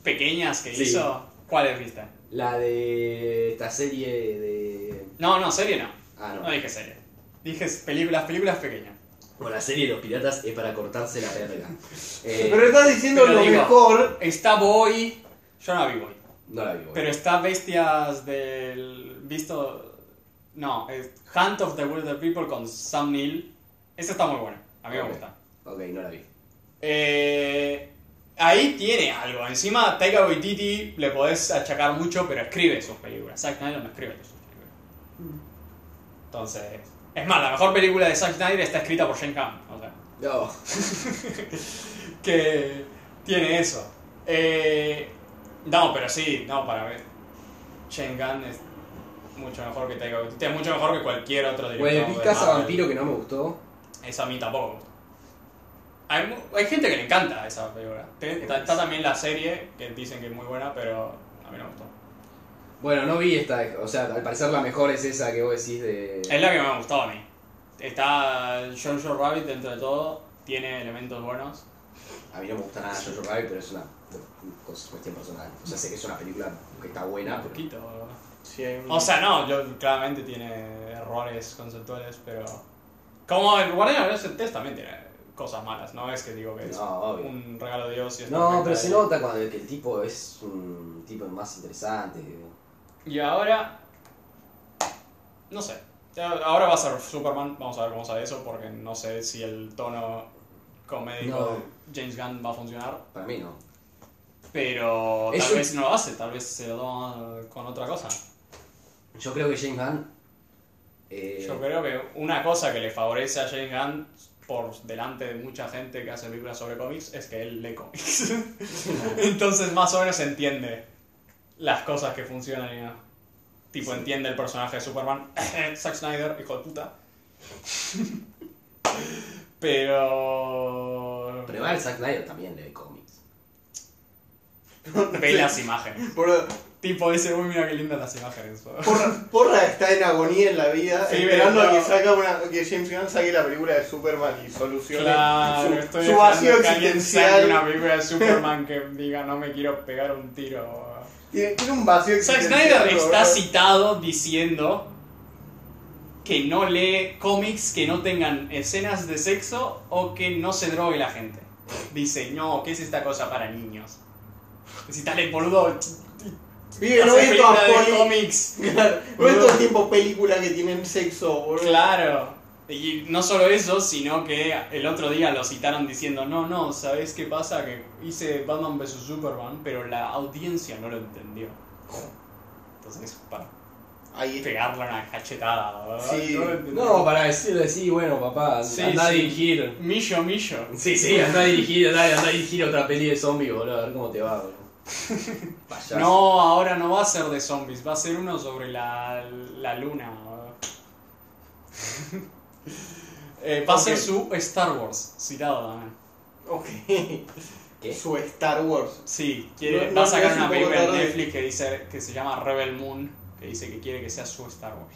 S3: pequeñas que
S2: Sí.
S3: hizo? ¿Cuáles viste?
S2: La de esta serie de.
S3: No, no, serie no.
S2: Ah,
S3: No dije serie. Dije películas, películas pequeñas.
S2: Bueno, la serie de los piratas es para cortarse la verga. Eh,
S1: Pero estás diciendo
S3: Pero
S1: lo
S3: digo-
S1: mejor.
S3: Está Boy. Yo no vi Boy.
S2: no la vi, boludo.
S3: Pero está Bestias del. Visto. No, es Hunt of the Wilder People con Sam Neill. Esa está muy buena. A mí
S2: Ok.
S3: me gusta.
S2: Ok, no la vi.
S3: Eh, ahí tiene algo. Encima, Taika Waititi le podés achacar mucho, pero escribe sus películas. Zack Snyder no escribe sus películas. Entonces, es más, la mejor película de Zack Snyder está escrita por Shane Camp. O sea,
S2: No.
S3: que tiene eso. Eh, no, pero sí, no, para ver. Shane Gunn es mucho mejor que Taika Waititi. Es mucho mejor que cualquier otro director.
S2: Bueno, vi
S3: de
S2: Casa
S3: Marvel.
S2: Vampiro que no me gustó.
S3: Eso a mí tampoco me gusta. Hay, mu- hay gente que le encanta esa película. Te-
S2: pues.
S3: Está, está también la serie, que dicen que es muy buena, pero a mí no me gustó.
S2: Bueno, no vi esta, o sea, al parecer la mejor es esa que vos decís de...
S3: Es la que me ha gustado a mí. Está Jojo Rabbit dentro de todo, tiene elementos buenos.
S2: A mí no me gusta nada Jojo Rabbit, pero es una cosa- cuestión personal. O sea, sé que es una película que está buena,
S3: Un
S2: Ah, pero... Mm.
S3: poquito.
S1: Sí, hay un-
S3: O sea, no, yo, claramente tiene errores conceptuales, pero. Como el Guardián de la Galaxia 3 también tiene cosas malas, no es que digo que es
S2: No, obvio.
S3: un regalo de Dios y es
S2: No,
S3: perfecta
S2: pero
S3: y-
S2: se nota cuando que el tipo es un tipo más interesante.
S3: Y ahora. No sé. Ya- Ahora va a ser Superman. Vamos a ver cómo sale eso. Porque no sé si el tono comédico
S2: No.
S3: de James Gunn va a funcionar.
S2: Para mí no.
S3: Pero
S2: Es
S3: tal
S2: un-
S3: vez no lo hace. Tal vez se lo toma con otra cosa.
S2: Yo creo que James Gunn... eh,
S3: Yo creo que una cosa que le favorece a James Gunn. Por delante de mucha gente que hace películas sobre cómics, es que él lee cómics. Entonces, más o menos entiende las cosas que funcionan y no. Tipo, entiende el personaje de Superman. Zack Snyder, hijo de puta. Pero.
S2: Pero igual Zack Snyder también lee cómics.
S3: Ve las imágenes.
S1: Porra,
S3: Tipo, dice, uy, mira qué lindas las imágenes.
S1: porra, Porra está en agonía en la vida,
S3: Sí,
S1: esperando a
S3: pero-
S1: que, saca una, que James Gunn saque la película de Superman y solucione
S3: Claro,
S1: su,
S3: estoy
S1: su
S3: esperando
S1: vacío
S3: que alguien saque
S1: existencial.
S3: una película de Superman que diga, no me quiero pegar un tiro.
S1: Tiene, tiene un vacío
S3: Zack
S1: existencial.
S3: Snyder está
S1: boludo.
S3: citado diciendo que no lee cómics que no tengan escenas de sexo o que no se drogue la gente. Dice, no, ¿qué es esta cosa para niños? Si tal boludo,
S1: Vive, no
S3: hace
S1: ve todas
S3: películas de
S1: poli-
S3: cómics.
S1: Claro, no es todo el tiempo películas que tienen sexo, boludo.
S3: Claro. Y no solo eso, sino que el otro día lo citaron diciendo, no, no, ¿sabés qué pasa? Que hice Batman vs. Superman, pero la audiencia no lo entendió. Entonces, para
S1: Ahí está.
S3: pegarle una cachetada. ¿verdad?
S1: Sí.
S3: lo entendí.
S4: No, para decirle, sí, bueno, papá,
S3: Sí,
S4: anda a
S3: sí.
S4: dirigir.
S3: Millo, millo.
S4: Sí, sí, anda a dirigir, dale, anda a dirigir otra peli de zombies, boludo, a ver cómo te va, boludo.
S2: Payaso.
S3: No, ahora no va a ser de zombies, va a ser uno sobre la, la luna. ¿verdad? Eh, va a ser
S1: Ok.
S3: su Star Wars, citado también.
S1: Ok.
S2: ¿Qué?
S1: Su Star Wars.
S3: Sí, quiere,
S1: No,
S3: va a
S1: no,
S3: sacar
S1: es un
S3: una
S1: poco
S3: película en
S1: tarde.
S3: Netflix que, dice, que se llama Rebel Moon, que dice que quiere que sea su Star Wars.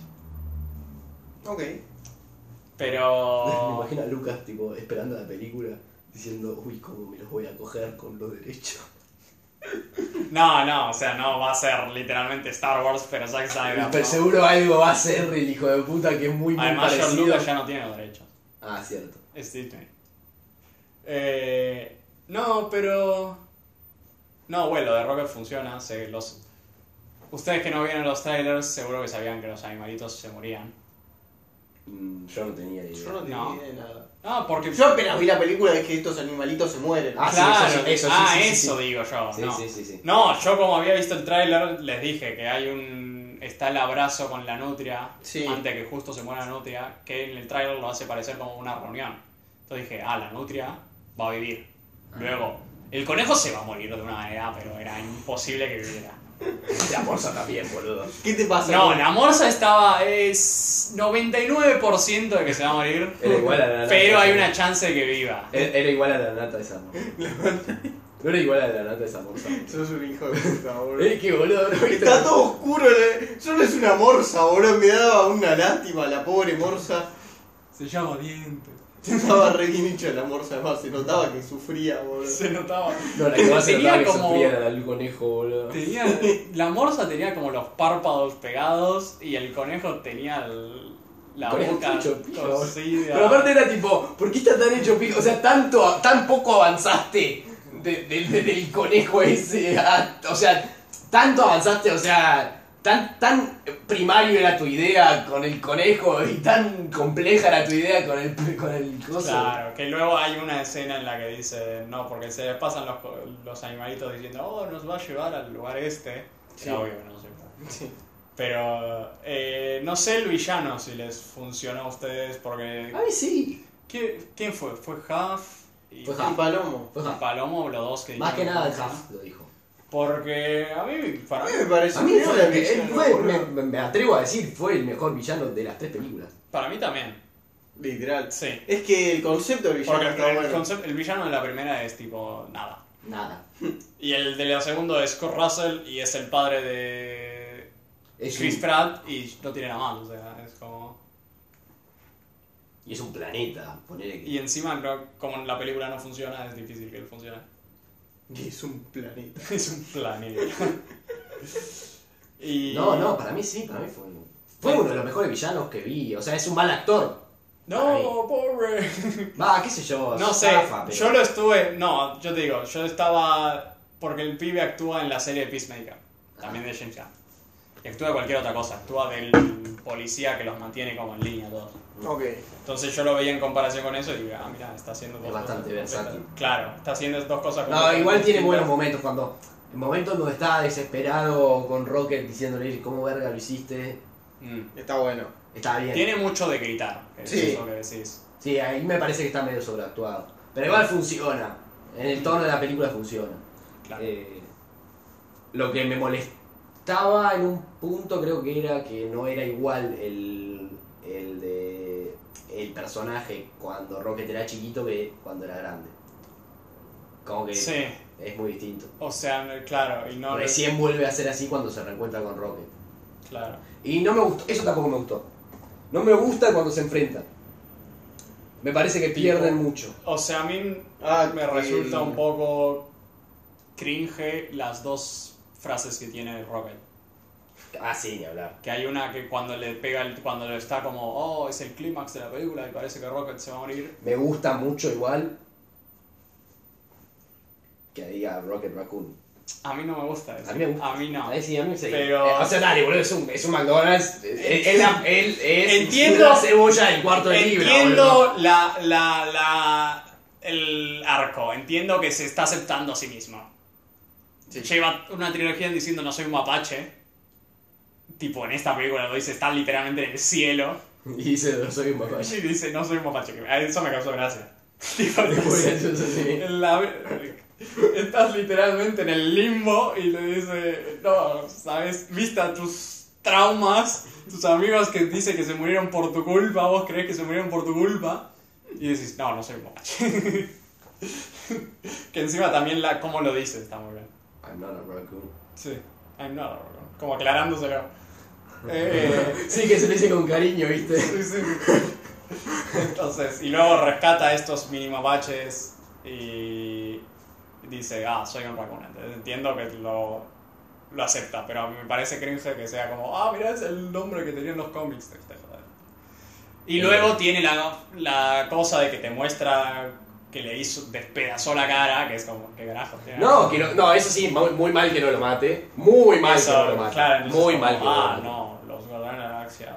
S1: Ok.
S4: Me
S3: Pero...
S4: imagino a Lucas, tipo, esperando la película, diciendo, uy, cómo me los voy a coger con los derechos.
S3: No, no, o sea, no va a ser literalmente Star Wars, pero Zack Snyder. ¿no?
S4: Pero seguro algo va a ser el hijo de puta que es muy, muy
S3: Además, George
S4: parecido.
S3: Lucas ya no tiene los derechos.
S4: Ah, cierto.
S3: Es Disney. Eh, no, pero... No, bueno, lo de Rocket funciona. se- los... Ustedes que no vieron los trailers seguro que sabían que los animalitos se morían.
S2: Mm, Yo no tenía idea.
S1: Yo no tenía
S3: No.
S1: idea de nada.
S3: No, porque...
S1: Yo apenas vi la película de que estos animalitos se mueren.
S2: Ah, sí,
S3: claro,
S2: eso sí, eso sí,
S3: ah,
S2: sí, sí,
S3: eso
S2: sí.
S3: digo yo.
S2: Sí,
S3: no.
S2: sí, sí, sí.
S3: No, yo como había visto el tráiler, les dije que hay un... Está el abrazo con la nutria,
S1: Sí.
S3: antes que justo se muera la nutria, que en el tráiler lo hace parecer como una reunión. Entonces dije, ah, la nutria va a vivir.
S4: Ah.
S3: Luego, el conejo se va a morir de una manera, pero era imposible que viviera.
S2: La bolsa también, boludo.
S1: ¿Qué te
S4: Ah,
S1: pasa?
S3: No, la morsa estaba... es 99% de que se va a morir,
S4: Era igual a la nata.
S3: pero hay una chance de que viva.
S4: E-, Era era igual a la nata esa morsa. No era igual a la nata esa morsa.
S1: Sos un hijo de puta, boludo.
S4: Eh, qué boludo, ¿no viste?
S1: Está todo oscuro. eh. Solo es una morsa, boludo. Me daba una lástima la pobre morsa.
S3: Se llama diente.
S1: Estaba re bien hecha la morsa, además se notaba que sufría, boludo.
S3: Se notaba.
S4: No, la que más se
S3: Tenía
S4: notaba que
S3: como-
S4: sufría era el conejo, boludo.
S3: Tenía, la morsa tenía como los párpados pegados y el conejo tenía el- la
S4: Conejo
S3: boca Oh,
S4: hecho pija,
S3: torcida.
S4: Pero aparte era tipo, ¿por qué está tan hecho pico? O sea, tanto, tan poco avanzaste de- de- de- del conejo ese. a- o sea, tanto avanzaste, o sea, tan, tan primario era tu idea con el conejo y tan compleja era tu idea con el, con el coso.
S3: Claro, que luego hay una escena en la que dice, no, porque se les pasan los, co- los animalitos diciendo, oh, nos va a llevar al lugar este.
S1: Sí.
S3: Era obvio que no se fue.
S1: Sí.
S3: Pero eh, no sé el villano si les funcionó a ustedes porque...
S4: Ay, sí.
S3: ¿Quién, quién fue? ¿Fue Huff? Y,
S2: Fue
S1: Y Palomo.
S3: y Palomo, los dos que...
S2: Más que
S3: dijeron
S2: nada el
S3: funcionó.
S2: Huff lo dijo.
S3: Porque a mí, para
S1: A
S3: mí
S1: mí me parece
S4: A mí
S1: que
S4: fue
S1: era
S4: el que-
S1: villano,
S4: fue-
S1: boludo.
S4: me, me atrevo a decir, fue el mejor villano de las tres películas.
S3: Para mí también.
S1: Literal.
S3: Sí.
S1: Es que el concepto del villano
S3: Porque el,
S1: está
S3: el
S1: bueno.
S3: concepto- el villano de la primera es tipo nada.
S2: Nada.
S3: Y el de la segunda es Kurt Russell y es el padre de
S2: Es
S3: Chris
S2: un,
S3: Pratt y no tiene nada más. O sea, es como.
S2: y es un planeta, ponele que.
S3: Y encima, no- como en la película no funciona, es difícil que él funcione.
S1: Y es un planeta.
S3: Es un planeta. y...
S2: No, no, para mí sí, para mí fue un- Fue uno de los mejores villanos que vi. O sea, es un mal actor.
S3: No, pobre.
S2: Va, qué sé yo.
S3: No sé,
S2: zafa, pero-
S3: yo lo estuve. No, yo te digo, yo estaba. Porque el pibe actúa en la serie Peacemaker, también de James Gunn. Y actúa de cualquier otra cosa, actúa del policía que los mantiene como en línea todos.
S1: Ok.
S3: Entonces yo lo veía en comparación con eso y digo, ah, mira, está haciendo dos
S2: Es bastante
S3: cosas
S2: versátil.
S3: completas. Claro, está haciendo dos cosas
S2: No, igual tiene
S3: distintas.
S2: buenos momentos cuando. El momento donde está desesperado con Rocket diciéndole cómo verga lo hiciste.
S3: Mm.
S1: Está bueno.
S2: Está bien.
S3: Tiene mucho de gritar, que
S1: Sí.
S3: es lo que decís.
S2: Sí, ahí me parece que está medio sobreactuado. Pero igual funciona. En el tono de la película funciona.
S3: Claro.
S2: Eh, lo que me molestaba en un punto creo que era que no era igual el, el de el personaje cuando Rocket era chiquito que cuando era grande. Como que
S3: Sí,
S2: es muy distinto.
S3: o sea, no- claro, y no.
S2: Recién vuelve a ser así cuando se reencuentra con Rocket.
S3: Claro.
S2: Y no me gustó, eso tampoco me gustó. No me gusta cuando se enfrentan. Me parece que pierden mucho.
S3: O sea, a mí
S1: Ah,
S3: me
S1: que-
S3: resulta un poco cringe las dos frases que tiene Rocket.
S2: Ah, sí, ni hablar.
S3: Que hay una que cuando le pega, el, cuando le está como, oh, es el clímax de la película y parece que Rocket se va a morir.
S2: Me gusta mucho igual que diga Rocket Raccoon.
S3: A mí no me gusta eso.
S2: A mí me gusta.
S3: no.
S2: Ay, sí, a mí sí.
S3: Pero-
S2: Eh, o sea, dale, boludo, es un, es un McDonald's. Él, él- él es
S3: Entiendo-
S2: una cebolla del cuarto de libra, boludo.
S3: Entiendo la, la, la, el arco, entiendo que se está aceptando a sí mismo. Lleva una trilogía diciendo no soy un mapache. Tipo, en esta película lo dice, está literalmente en el cielo.
S2: Y dice, no soy un papá.
S3: Y dice, no soy un mapache. que- a Eso me causó gracia. Tipo,
S2: Muy
S3: en la- estás literalmente en el limbo y le dice, no, sabes, vista tus traumas, tus amigos que dicen que se murieron por tu culpa, vos crees que se murieron por tu culpa, y decís, no, no soy un mapache. que encima también la, cómo lo dices está muy bien.
S2: I'm not a raccoon.
S3: Sí, I'm not a raccoon. Como aclarándoselo. Eh,
S2: Sí, que se le dice con cariño, ¿viste?
S3: Sí, sí. Entonces, y luego rescata a estos mini mapaches y dice, ah, soy un raccoon. Entonces, entiendo que lo, lo acepta, pero me parece cringe que sea como, ah, mira, es el nombre que tenían los cómics. Te- te joder. Y
S2: Eh.
S3: luego tiene la, la cosa de que te muestra que le hizo, despedazó la cara, que es como, qué carajo. tiene?
S2: No, que no, no, eso sí, muy, muy mal que no lo mate. Muy mal
S3: Eso,
S2: que no lo mate.
S3: claro, entonces
S2: muy
S3: como,
S2: mal que
S3: Ah,
S2: no lo mate.
S3: no, los Guardianes de la Galaxia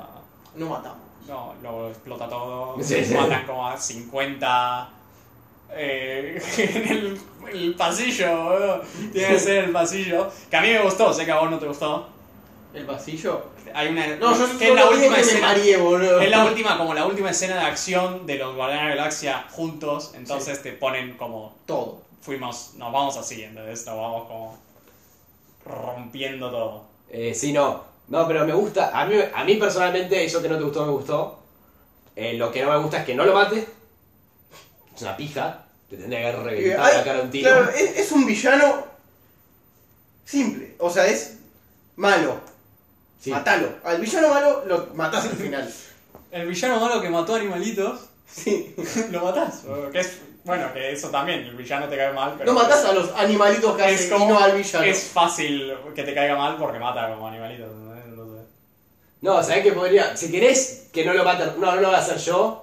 S1: No matamos.
S3: No, lo explota todo,
S2: Sí, sí.
S3: matan como a 50 eh, en el, el pasillo, boludo. tiene que ser el pasillo, que a mí me gustó, sé que a vos no te gustó.
S1: ¿El pasillo?
S3: Hay una
S1: No, yo
S3: que es la
S1: solo vi
S3: última
S1: que me
S3: escena,
S1: mareé, boludo.
S3: es la última como la última escena de acción de los Guardianes de la Galaxia juntos, entonces te ponen como
S1: Todo.
S3: fuimos, nos vamos así, entonces nos vamos como rompiendo todo.
S2: Eh, sí, no. No, pero me gusta. A mí, a mí personalmente, eso que no te gustó, me gustó. Eh, lo que no me gusta es que no lo mates. Es una pija. Te tendría que haber reventado
S1: Ay,
S2: la cara un tiro.
S1: claro, es, es un villano simple. O sea, es malo.
S2: Sí.
S1: Matalo. Al villano malo lo matás al final.
S3: El villano malo que mató animalitos
S1: Sí.
S3: lo matás. o Que es, bueno, que eso también, el villano te cae mal, pero...
S1: No matás a los animalitos que
S3: es
S1: hacen y
S3: como...
S1: no al villano.
S3: Es fácil que te caiga mal porque mata como animalitos, ¿no? Entonces,
S2: No, ¿sabés qué podría? Si querés que no lo maten, no, no lo voy a hacer yo.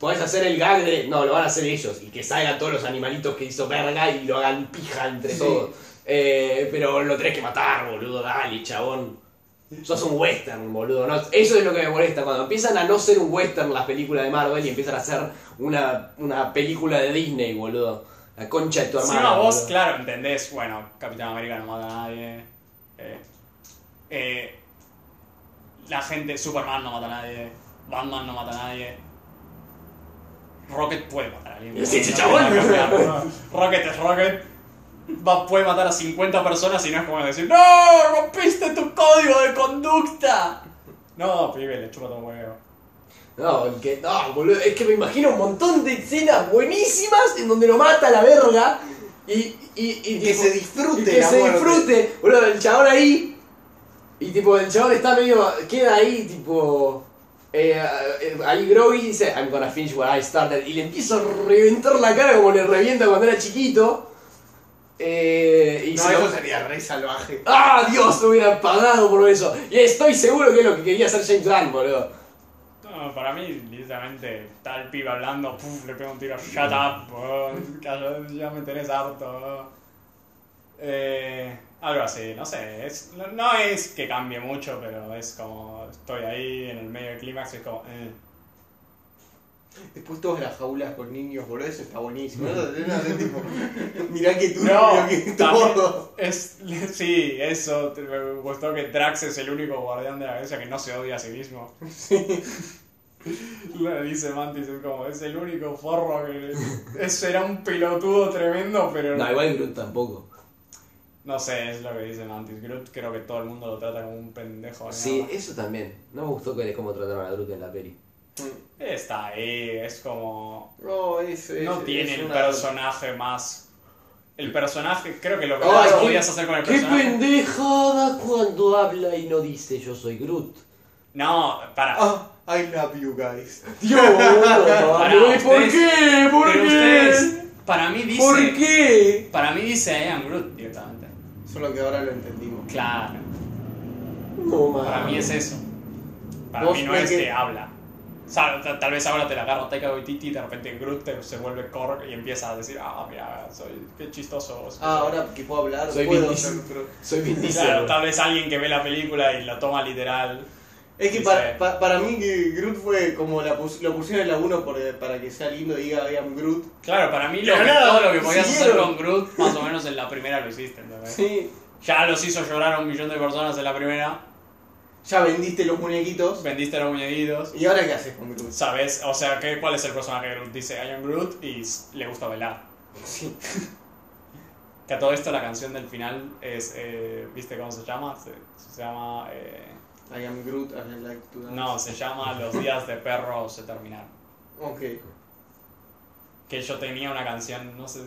S2: Podés hacer el gag de. No, lo van a hacer ellos. Y que salgan todos los animalitos que hizo verga y lo hagan pija entre
S1: Sí.
S2: todos. Eh, pero lo tenés que matar, boludo. Dale, chabón. Sos un western, boludo. ¿no? Eso es lo que me molesta. Cuando empiezan a no ser un western las películas de Marvel y empiezan a ser una, una película de Disney, boludo. La concha de tu hermano.
S3: Encima vos,
S2: boludo.
S3: claro, entendés, bueno, Capitán América no mata a nadie. eh, eh, la gente, Superman no mata a nadie. Batman no mata a nadie. Rocket puede matar a alguien.
S2: Sí, sí,
S3: No,
S2: chabón.
S3: no, no, no. Rocket es Rocket. Va- puede matar a 50 personas y no es como decir, ¡No! ¡Rompiste tu código de conducta! No, pibe, le chupa todo huevo.
S4: No, el que. No, boludo. Es que me imagino un montón de escenas buenísimas en donde lo mata la verga. Y. y, y
S1: Y que
S4: tipo-
S1: se disfrute
S4: y que
S1: la
S4: se
S1: muerte.
S4: disfrute. Boludo, el chabón ahí. Y tipo, el chabón está medio. Queda ahí, tipo. eh, eh, ahí Groggy dice, I'm gonna finish what I started. Y le empiezo a reventar la cara como le revienta cuando era chiquito. Eh, y
S1: No,
S4: se lo-
S1: eso sería re salvaje.
S4: ¡Ah, Dios! Me hubieran pagado por eso. Y estoy seguro que es lo que quería hacer James Gunn, boludo.
S3: No, para mí, literalmente, tal pibe hablando, puf, le pego un tiro, shut up, weón, calla, ya me tenés harto. weón". Eh, algo así, no sé, es, no, no es que cambie mucho, pero es como, estoy ahí en el medio del clímax, es como, eh.
S1: Después todas las jaulas con niños, boludo, eso está buenísimo. Eso es una de tipo, mirá que turbio
S3: No,
S1: que es
S3: también
S1: todo.
S3: es, sí, eso, te- me gustó que Drax es el único guardián de la galaxia que no se odia a sí mismo. Le dice Mantis, es como, es el único forro que... Es, era un pelotudo tremendo, pero...
S2: No, igual Groot tampoco.
S3: No sé, es lo que dice Mantis. Groot creo que todo el mundo lo trata como un pendejo. de
S2: Sí,
S3: mierda.
S2: eso también. No me gustó que cómo trataron a Groot en la peli.
S3: Está ahí, es como...
S1: No, es, es-
S3: No
S1: es
S3: tiene el
S1: una-
S3: personaje más... El personaje, creo que lo que
S1: Ay,
S3: más
S1: qué-
S3: podías hacer con el
S2: ¡Qué
S3: personaje...
S2: pendejada cuando habla y no dice yo soy Groot!
S3: No, para.
S1: Ah, I love you guys.
S2: ¡Dios, boludo!
S3: Pará,
S2: Pero, ¿y ¿Por
S3: ustedes-
S2: qué? ¿Por
S3: Pero
S2: qué?
S3: ustedes, para mí dice...
S2: ¿Por qué?
S3: Para mí dice I am Groot directamente.
S1: Solo que ahora lo entendimos.
S3: Claro,
S2: No, man.
S3: para mí es eso. Para
S1: Vos
S3: mí no
S1: me
S3: es
S1: que-
S3: que habla. O sea, ta- tal vez ahora te la agarra Taika Waititi y de repente Groot te- se vuelve Korg y empieza a decir, ah, mira, soy, qué chistoso vos.
S1: Ah, ahora que puedo hablar,
S2: Soy
S1: puedo
S2: Vin
S1: ser
S2: Diesel.
S1: pro-
S2: Soy Vin Diesel.
S3: Claro, tal vez alguien que ve la película y lo toma literal.
S1: Es que
S3: Dice-
S1: para, pa- para mí que Groot fue como la pus- lo pusieron en la 1 por- para que sea lindo y diga I am Groot.
S3: Claro, para mí lo
S1: Pero
S3: que,
S1: nada,
S3: todo lo que podías hacer
S1: siguieron.
S3: con Groot, más o menos en la primera lo hiciste, ¿entendés?
S1: Sí.
S3: Ya los hizo llorar a un millón de personas en la primera,
S1: Ya vendiste los muñequitos.
S3: vendiste a los muñequitos.
S1: ¿Y ahora qué haces con Groot?
S3: ¿Sabes? O sea, ¿qué, ¿cuál es el personaje de Groot? Dice I am Groot y s- le gusta bailar.
S1: Sí.
S3: Que a todo esto la canción del final es, eh, ¿viste cómo se llama? Se, se llama... eh,
S1: I am Groot, I like to dance.
S3: no, se llama Los días de perro se terminaron.
S1: Ok.
S3: Que yo tenía una canción, no sé,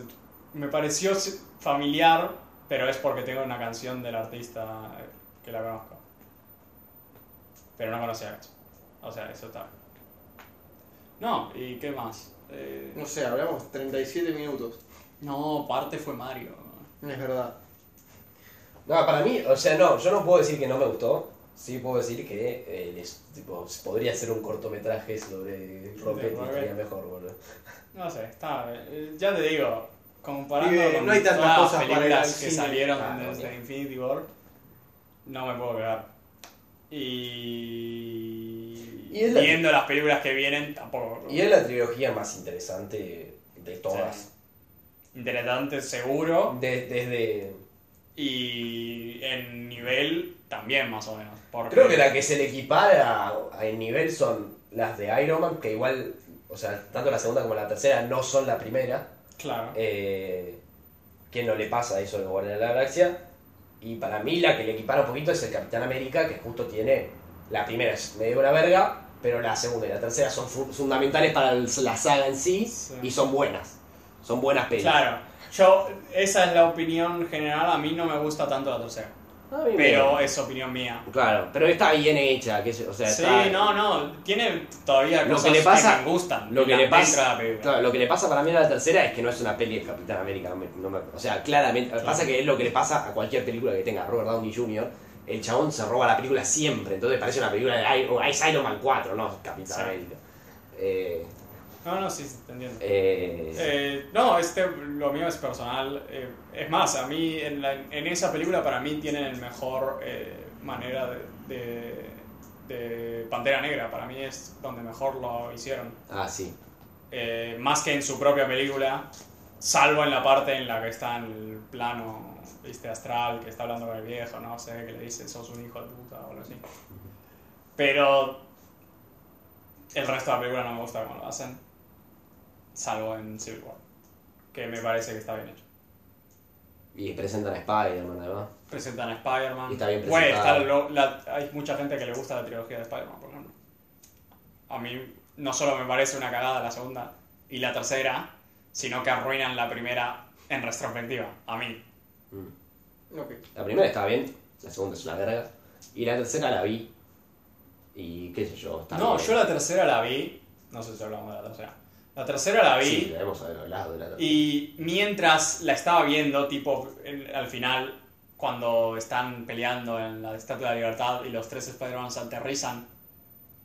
S3: me pareció s- familiar, pero es porque tengo una canción del artista eh, que la conozco. Pero no conocía la canción. O sea, eso está. No, ¿y qué más? Eh,
S1: No sé, hablamos 37 minutos.
S3: No, parte fue Mario.
S1: No es verdad.
S2: No, para mí, o sea, no, yo no puedo decir que no me gustó. Sí puedo decir que eh, les- tipo, podría ser un cortometraje sobre Rocket y
S3: Rocket.
S2: estaría mejor, boludo.
S3: No sé, está. eh, Ya te digo, comparando
S1: Pibe,
S3: con
S1: no hay tantas
S3: todas
S1: cosas
S3: las
S1: para ir
S3: películas
S1: al
S3: que
S1: cine.
S3: salieron
S2: Ah,
S3: desde
S2: bueno.
S3: Infinity War, no me puedo quedar. Y.
S2: Y es la-
S3: Viendo las películas que vienen, tampoco.
S2: Y es la trilogía más interesante de todas.
S3: Interesante, seguro.
S2: De- desde.
S3: Y en nivel también, más o menos. Porque
S2: Creo que la que se le equipara a- en nivel son las de Iron Man, que igual, o sea, tanto la segunda como la tercera no son la primera.
S3: Claro.
S2: Eh, que no le pasa eso de Guardianes de la Galaxia. Y para mí la que le equipara un poquito es el Capitán América, que justo tiene. La primera es medio una verga, pero la segunda y la tercera son fu- fundamentales para el- la saga en sí,
S3: Sí.
S2: y son buenas. Son buenas
S1: Eh.
S2: pelis.
S3: Claro. Yo, esa es la opinión general. A mí no me gusta tanto la tercera.
S2: A mí me-
S3: Pero es opinión mía.
S2: Claro, pero está bien hecha. Que, o sea,
S3: Sí,
S2: está-
S3: no, no, tiene todavía
S2: Lo
S3: cosas
S2: que le pasa-
S3: me gustan.
S2: lo que le
S3: dentro
S2: pasa-
S3: de la película.
S2: Claro, lo que le pasa para mí a la tercera es que no es una peli de Capitán América. no me- no me- o sea, claramente. Pasa que es lo que le pasa a cualquier película que tenga Robert Downey Jr. El chabón se roba la película siempre. Entonces parece una película de Iron, es Iron Man 4, no Capitán
S3: Sí.
S2: América. Eh,
S3: No, no, sí, sí, te entiendo.
S2: eh,
S3: Eh, no, este, lo mío es personal. eh, es más, a mí, en, la- en esa película, para mí tienen el mejor eh, manera de, de, de Pantera Negra. Para mí es donde mejor lo hicieron.
S2: Ah, sí.
S3: Eh, más que en su propia película, salvo en la parte en la que está en el plano viste, astral, que está hablando con el viejo, no sé, que le dice sos un hijo de puta o algo así. Pero el resto de la película no me gusta cómo lo hacen, salvo en Civil War, que me parece que está bien hecho.
S2: Y presentan a Spider-Man, además.
S3: Presentan a Spider-Man.
S2: Y está bien
S3: Güey, está
S2: presentada.
S3: lo- la- hay mucha gente que le gusta la trilogía de Spider-Man, por ejemplo. a mí no solo me parece una cagada la segunda y la tercera, sino que arruinan la primera en retrospectiva, a mí.
S1: Ok.
S2: La primera estaba bien, la segunda es una verga. Y la tercera la vi. Y qué sé yo, está
S3: No,
S2: bien.
S3: yo la tercera la vi, no sé si hablamos de la tercera. La tercera la vi
S2: Sí, la hemos hablado de la tercera.
S3: Y mientras la estaba viendo, tipo, en- al final, cuando están peleando en la Estatua de la Libertad y los tres Spider-Man se aterrizan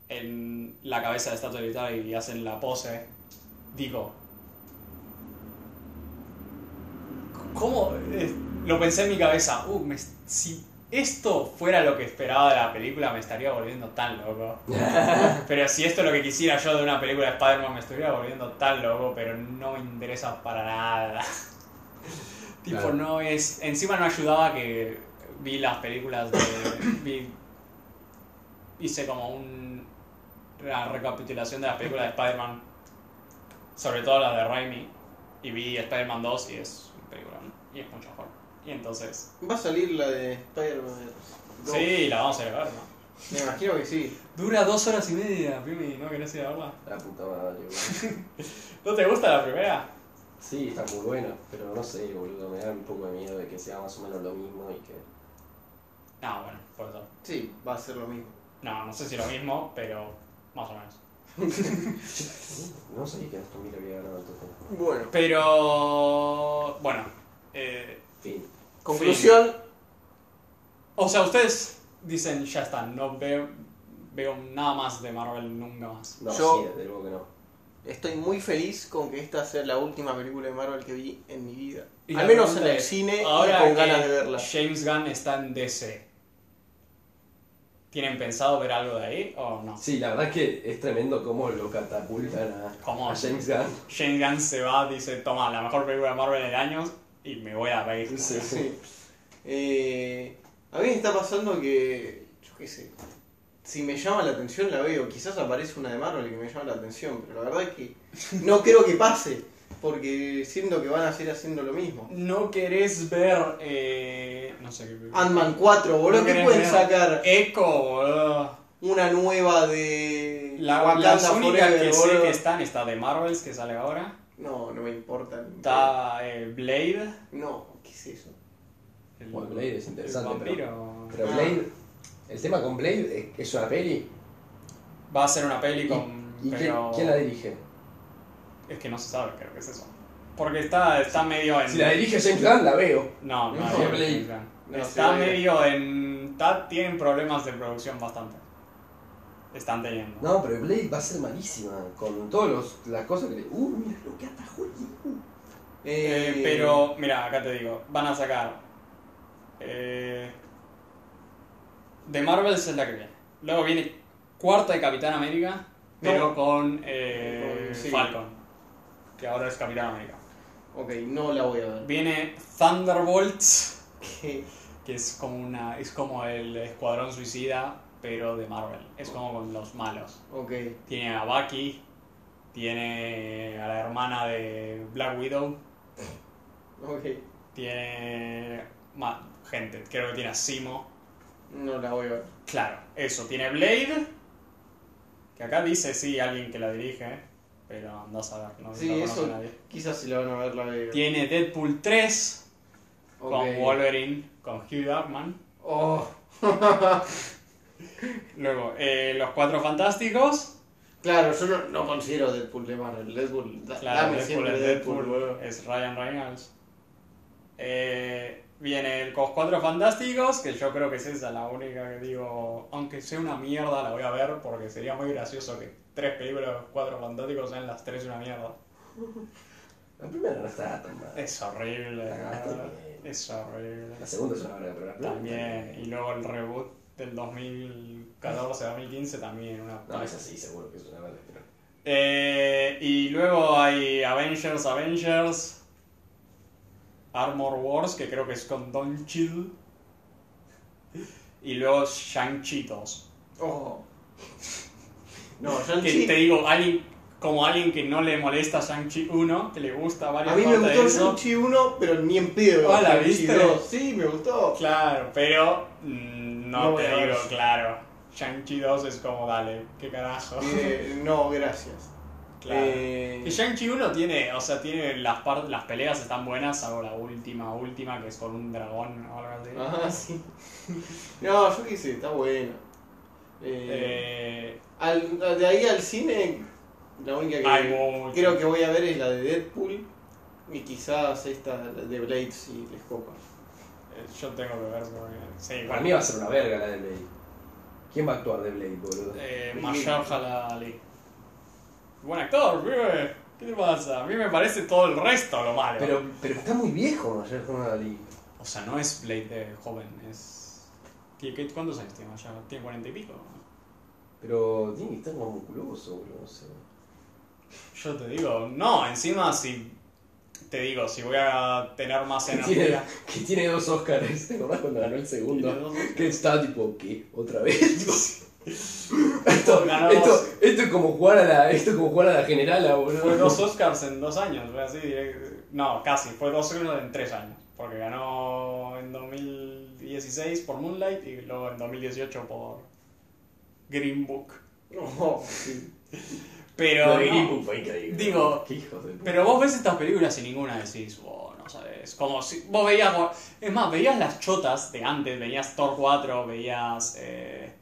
S3: en la cabeza de la Estatua de la Libertad y hacen la pose, digo... ¿Cómo? Eh, Lo pensé en mi cabeza. Uh, me- si esto fuera lo que esperaba de la película, me estaría volviendo tan loco. Pero si esto es lo que quisiera yo de una película de Spider-Man, me estuviera volviendo tan loco, pero no me interesa para nada. tipo,
S2: Claro.
S3: no es. Encima no ayudaba que vi las películas de. vi- hice como un, una recapitulación de las películas de Spider-Man, sobre todo las de Raimi, y vi Spider-Man 2 y es un película, y es mucho mejor. Y entonces.
S1: Va a salir la de Spider-Man. dos.
S3: Sí, la vamos a ir a ver, ¿no?
S1: Me imagino que sí.
S3: Dura dos horas y media, Pimi, ¿no querés ir a verla?
S2: La puta madre, boludo.
S3: ¿No te gusta la primera?
S2: Sí, está muy buena, pero no sé, boludo, me da un poco de miedo de que sea más o menos lo mismo y que.
S3: No, Ah, bueno, por eso.
S1: Sí, va a ser lo mismo.
S3: No, no sé si lo mismo, pero más o menos.
S2: No sé, que esto mira había ganado el Tottenham.
S1: Bueno,
S3: Pero. Bueno. eh,
S2: Fin.
S1: conclusión.
S3: o sea, ustedes dicen, ya está, no veo, veo nada más de Marvel nunca más.
S2: No,
S1: Yo-
S2: sí, desde luego que no.
S1: Estoy muy feliz con que esta sea la última película de Marvel que vi en mi vida.
S3: Y
S1: Al
S3: la
S1: menos en
S3: pregunta
S1: el
S3: es,
S1: cine
S3: ahora
S1: y con
S3: que
S1: ganas de verla.
S3: James Gunn está en DC. ¿Tienen pensado ver algo de ahí o no?
S2: Sí, la verdad es que es tremendo cómo lo catapultan a,
S3: ¿Cómo?
S2: a James Gunn.
S3: James Gunn se va, dice, toma, la mejor película de Marvel en años y me voy a ver.
S2: Sí, sí.
S1: Sí. Eh, a mí me está pasando que, yo qué sé, si me llama la atención la veo. Quizás aparece una de Marvel que me llama la atención, pero la verdad es que no creo que pase, porque siento que van a seguir haciendo lo mismo.
S3: No querés ver... Eh, no sé qué película.
S1: Ant-Man 4, boludo,
S3: No
S1: ¿qué
S3: querés
S1: pueden
S3: ver.
S1: sacar?
S3: Eco, boludo.
S1: Una nueva de
S3: La,
S1: Wakanda
S3: las únicas
S1: Forever,
S3: que sé
S1: boludo?
S3: que están está de Marvels, que sale ahora.
S1: No, no me importa.
S3: Está eh, Blade.
S1: No, ¿qué es eso?
S3: El,
S2: Bueno, Blade es interesante,
S3: el vampiro.
S2: Pero
S1: Ah.
S2: Blade, el tema con Blade es que es una peli.
S3: Va a ser una peli
S2: ¿Y,
S3: con...
S2: y
S3: pero-
S2: quién, quién la dirige?
S3: Es que no se sabe, creo que es eso. Porque está, está medio en...
S2: Si la dirige James Gunn, la veo.
S3: No, no,
S1: No,
S3: no,
S2: Blade.
S3: no, no.
S1: No,
S3: Está
S1: sí,
S3: medio en... Está, tienen problemas de producción bastante. Están teniendo.
S2: No, pero Blade va a ser malísima. Con todas las cosas que le. Uh, mira lo que atajó el uh.
S3: Eh, pero, mira, acá te digo, van a sacar. Eh, de Marvels es la que viene. Luego viene cuarta de Capitán América, pero
S1: No.
S3: con, eh,
S1: Con- sí.
S3: Falcon, que ahora es Capitán América.
S1: Ok, no la voy a ver.
S3: Viene Thunderbolts,
S1: ¿Qué?
S3: que es como, una, es como el Escuadrón Suicida, pero de Marvel. Es como con los malos.
S1: Ok,
S3: Tiene a Bucky, tiene a la hermana de Black Widow.
S1: ok,
S3: Tiene más gente, creo que tiene a Simo.
S1: no la voy a ver.
S3: Claro, eso, tiene Blade. Que acá dice sí alguien que la dirige, pero andás a ver, no,
S1: Sí,
S3: no conoce
S1: eso-
S3: a nadie.
S1: Quizás si la van a ver la veo.
S3: Tiene Deadpool 3
S1: Ok.
S3: con Wolverine, con Hugh Jackman.
S1: Oh,
S3: Luego, eh, Los Cuatro Fantásticos.
S1: claro, yo no, no considero Deadpool de Marvel. Deadpool, da-
S3: Claro,
S1: dame
S3: Deadpool
S1: siempre
S3: es
S1: Deadpool,
S3: Deadpool,
S1: boludo.
S3: es Ryan Reynolds. Eh, viene Los Cuatro Fantásticos, que yo creo que es esa la única que digo, aunque sea una mierda, la voy a ver porque sería muy gracioso que tres películas de Los Cuatro Fantásticos sean las tres una mierda.
S2: La primera no está tan mala.
S3: Es horrible,
S1: Ah,
S2: La cagaste bien.
S3: es horrible.
S2: La segunda es una verga, pero la primera.
S3: También, y luego el reboot del 2014-2015 también una
S2: No, es así, seguro que es una verga. Pero...
S3: Eh, y luego hay Avengers, Avengers, Armor Wars, que creo que es con Don Chill. Y luego Shang-Chi 2.
S1: Oh. No,
S3: Que
S1: Shang-Chi.
S3: te digo, alguien, como alguien que no le molesta Shang-Chi 1, que le gusta varias
S1: A mí me
S3: partes de
S1: gustó
S3: eso.
S1: Shang-Chi 1, pero ni en pedo.
S3: Ah, ¿la
S1: Shang-Chi
S3: viste?
S1: dos. Sí, me gustó.
S3: Claro, pero mm, no,
S1: No
S3: te
S1: veas.
S3: digo claro. Shang-Chi 2 es como, dale, qué carajo.
S1: Eh, no, gracias.
S3: Claro.
S1: Eh,
S3: Y Shang-Chi 1 tiene, o sea, tiene las par- las peleas están buenas, salvo la última, última que es con un dragón o algo así.
S2: Ah.
S1: ajá, sí. No, yo qué sé, está bueno. Eh,
S3: Eh,
S1: al- de ahí al cine, la única que
S3: hay mucho.
S1: creo que voy a ver es la de Deadpool y quizás esta de Blade si les copa.
S3: Eh, Yo tengo que ver porque. Sí,
S2: Para mí va a ser una verga la de Blade. ¿Quién va a actuar de Blade, boludo?
S3: Eh, Mahershala Ali. Buen actor, pibe. ¿Qué te pasa? A mí me parece todo el resto lo malo.
S2: Pero, pero está muy viejo ayer con Ali.
S3: O sea, no es Blade de joven, es. ¿Qué- qué- ¿Cuántos años tiene Mahershala? ¿Tiene cuarenta y pico?
S2: Pero tiene que estar más musculoso, boludo. No sé.
S3: Yo te digo, no, encima si. Te digo, si voy a tener más
S2: Que tiene,
S3: energía.
S2: que tiene dos Oscars. ¿Te acordás cuando ganó el
S3: Tiene
S2: segundo?
S3: dos Oscars.
S2: Que estaba tipo, ¿qué? ¿Otra vez? esto,
S3: Ganó
S2: esto,
S3: dos.
S2: esto es como jugar a la, esto es como jugar a la generala,
S3: Fue
S2: boludo.
S3: dos Oscars en dos años, fue así. direct- No, casi, fue dos Oscars en tres años. Porque ganó en 2016 por Moonlight y luego en 2018 por Green Book.
S1: No, sí.
S3: Pero,
S2: Lo de
S3: no.
S2: Green Book fue increíble.
S3: Digo,
S2: Qué hijos de puta.
S3: pero vos ves estas películas y ninguna decís, oh, no sabes. Como si vos veías, vos- es más, veías las chotas de antes, veías Thor 4, veías eh,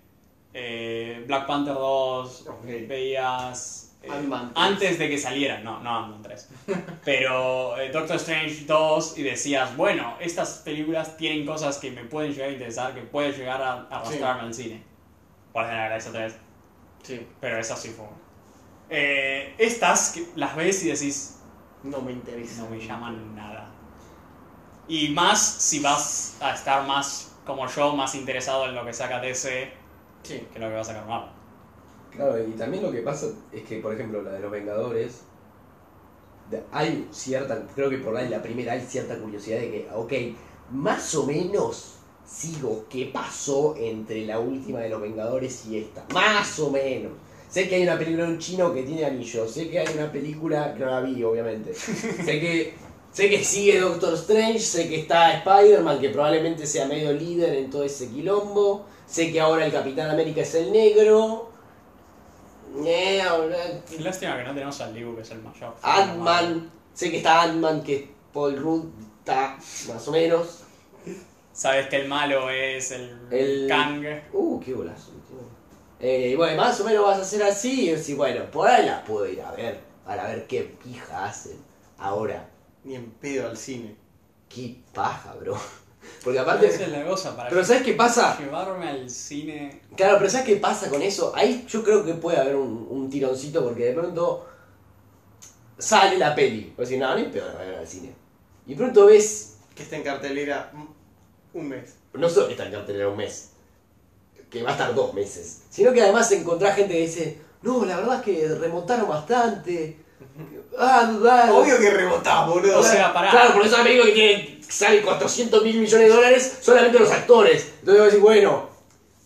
S3: eh, Black Panther 2,
S1: Ok.
S3: veías. eh,
S1: Ant-Man tres.
S3: antes de que salieran, no, no Ant-Man 3. Pero eh, Doctor Strange 2 y decías, bueno, estas películas tienen cosas que me pueden llegar a interesar, que pueden llegar a a arrastrarme al cine. Por ejemplo, la otra vez.
S1: sí,
S3: Pero esa sí fue una. Eh, estas que las ves y decís,
S1: no me interesa.
S3: no me llaman nada. Y más si vas a estar más, como yo, más interesado en lo que saca DC
S1: Sí.
S3: que lo que va a sacar Marvel.
S2: Claro, y también lo que pasa es que, por ejemplo, la de los Vengadores, de- hay cierta, creo que por ahí la primera hay cierta curiosidad de que, ok, más o menos sigo qué pasó entre la última de los Vengadores y esta, más o menos. Sé que hay una película de un chino que tiene anillos, sé que hay una película que no la vi, obviamente. sé que sé que sigue Doctor Strange, sé que está Spider-Man, que probablemente sea medio líder en todo ese quilombo, sé que ahora el Capitán América es el negro. Eh, ahora-
S3: Qué Lástima que no tenemos al Liu, que es el mayor. fan de Marvel.
S2: Ant-Man, sé que está Ant-Man, que es Paul Rudd, está más o menos.
S3: Sabes que el malo es el,
S2: El-
S3: Kang.
S2: Uh, qué golazo, tío. Eh, bueno, más o menos vas a hacer así y decís, bueno, por ahí la puedo ir a ver, para ver qué pija hacen. Ahora,
S1: Ni en pedo al cine.
S2: qué paja, bro. Porque
S3: Esa es
S2: aparte...
S3: la cosa, para
S2: Pero ¿sabes qué pasa?
S3: llevarme al cine.
S2: Claro, pero ¿sabes qué pasa con eso? Ahí yo creo que puede haber un, un tironcito porque de pronto sale la peli. O sea, no, no es peor ver al cine. Y de pronto ves,
S1: Que está en cartelera mm, un mes.
S2: no solo que está en cartelera un mes, que va a estar dos meses, sino que además encontrás gente que dice, no, la verdad es que remontaron bastante. Ah, dudaron.
S1: Obvio que rebotás, boludo.
S3: O sea, pará.
S2: Claro, por eso la película que tiene, sale 400 mil millones de dólares solamente los actores. Entonces vos decís, bueno,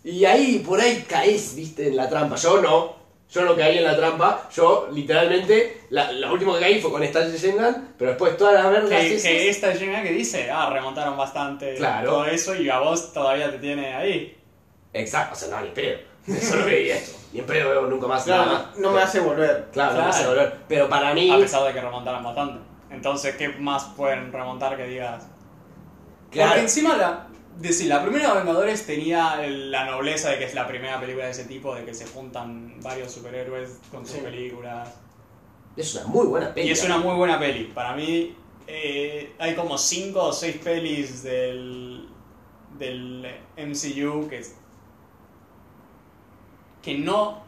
S2: y ahí por ahí caes, viste, en la trampa. Yo no, yo no caí en la trampa. Yo literalmente, la, lo último que caí fue con Stanley Shengan, pero después todas las vergas
S3: Que,
S2: esas-
S3: que esta llena que dice, ah, remontaron bastante
S2: Claro.
S3: todo eso y a vos todavía te tiene ahí.
S2: Exacto, o sea, no, ni en pedo. Solo veí esto. Ni en pedo veo nunca más nada.
S1: Claro, no me hace volver.
S2: Claro, no me hace
S3: Claro.
S2: volver. Pero para mí...
S3: A pesar de que remontaron bastante. Entonces, ¿qué más pueden remontar que digas? Porque
S2: Claro,
S3: encima, la, decir, la primera de Vengadores tenía la nobleza de que es la primera película de ese tipo, de que se juntan varios superhéroes con sus
S1: Sí.
S3: películas.
S2: es una muy buena peli.
S3: Y es una muy buena peli. Para mí, eh, hay como 5 o 6 pelis del, del MCU que, que no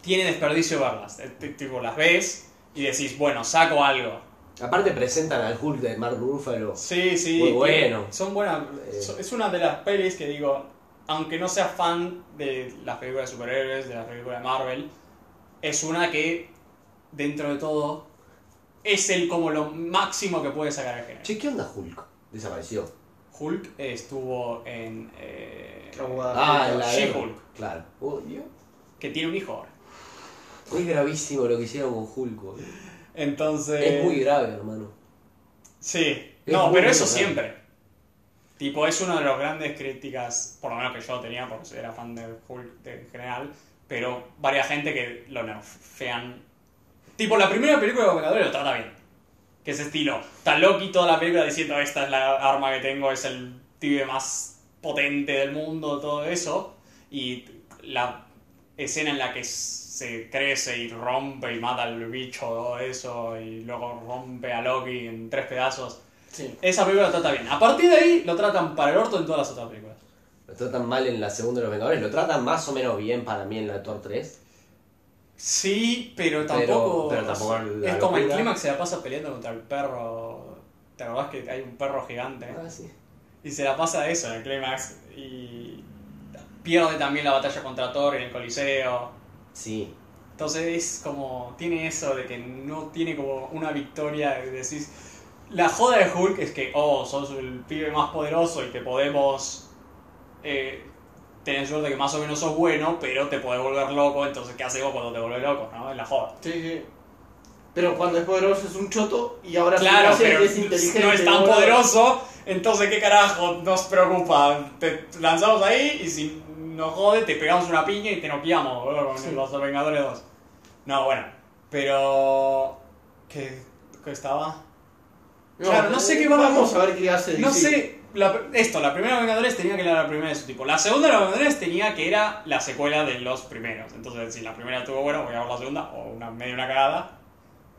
S3: tiene desperdicio verlas. Eh, t- Tipo, las ves y decís, bueno, saco algo.
S2: Aparte presentan al Hulk de Mark Ruffalo.
S3: Sí, sí.
S2: Muy bueno.
S3: Son buenas.
S2: Eh.
S3: so- Es una de las pelis que digo, aunque no sea fan de las películas de superhéroes, de las películas de Marvel, es una que, dentro de todo, es el como lo máximo que puede sacar el género.
S2: Che, ¿qué onda Hulk? Desapareció.
S3: Hulk estuvo en. eh,
S2: Ah, en la
S3: Sí,
S2: guerra.
S3: Hulk.
S2: Claro. Oh, Dios.
S3: que tiene un hijo ahora.
S2: Muy gravísimo lo que hicieron con Hulk. boludo.
S3: Entonces.
S2: Eh, es muy grave, hermano.
S3: Sí.
S2: es
S3: no,
S2: muy
S3: pero eso
S2: grave.
S3: siempre. Tipo, es una de las grandes críticas, por lo menos que yo tenía, porque era fan de Hulk de- en general, pero varias gente que lo nerfean. Tipo, la primera película de los Vengadores lo trata bien. Que ese estilo. Está Loki toda la película diciendo, esta es la arma que tengo, es el pibe más potente del mundo, todo eso. Y la escena en la que se crece y rompe y mata al bicho, todo eso, y luego rompe a Loki en tres pedazos.
S1: Sí.
S3: Esa película lo trata bien. A partir de ahí lo tratan para el orto en todas las otras películas.
S2: Lo tratan mal en la segunda de los Vengadores, lo tratan más o menos bien para mí en la Thor 3.
S3: Sí, pero
S2: Pero-
S3: tampoco.
S2: pero tampoco la
S3: es como el
S2: locura.
S3: clímax se la pasa peleando contra el perro. ¿Te acordás que hay un perro gigante?
S2: Ah, sí.
S3: Y se la pasa eso en el clímax. Y pierde también la batalla contra Thor en el Coliseo.
S2: Sí.
S3: Entonces es como, tiene eso de que no tiene como una victoria, de decís, la joda de Hulk es que, oh, sos el pibe más poderoso y te podemos eh, tener suerte que más o menos sos bueno, pero te podés volver loco, entonces ¿qué hacemos cuando te volvés loco? ¿No? Es la joda.
S1: Sí, sí. Pero cuando es poderoso es un choto y ahora
S3: Claro,
S1: se
S3: pero
S1: que es inteligente.
S3: no es tan
S1: ahora-
S3: poderoso, entonces ¿qué carajo nos preocupa? Te lanzamos ahí y si nos jode te pegamos una piña y te noqueamos, boludo, con
S1: Sí.
S3: los Vengadores 2. No, bueno, pero... ¿Qué, qué estaba? Claro, no sé qué va a-
S1: Vamos a ver qué hace.
S3: No
S1: DC.
S3: sé, la- esto, la primera Vengadores tenía que era la primera de su tipo. La segunda de los Vengadores tenía que era la secuela de los primeros. Entonces, si la primera estuvo buena, voy a ver la segunda, o una medio una cagada.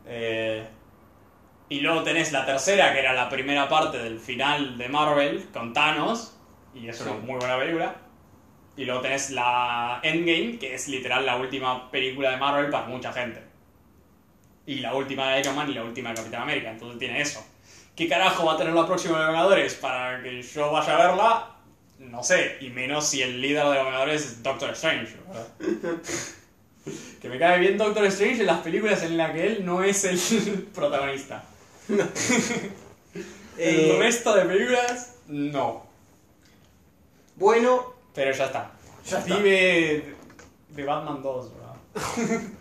S3: Eh, y luego tenés la tercera, que era la primera parte del final de Marvel, con Thanos, y es una
S1: Sí.
S3: muy buena película. Y luego tenés la Endgame, que es literal la última película de Marvel para mucha gente. Y la última de Iron Man y la última de Capitán América, entonces tiene eso. ¿Qué carajo va a tener la próxima de Vengadores para que yo vaya a verla? No sé, y menos si el líder de los Vengadores es Doctor Strange. ¿verdad? que me cae bien Doctor Strange en las películas en las que él no es el protagonista.
S1: Eh,
S3: El resto de películas, no.
S1: bueno,
S3: Pero ya está.
S1: Ya está.
S3: Vive de Batman 2, ¿verdad?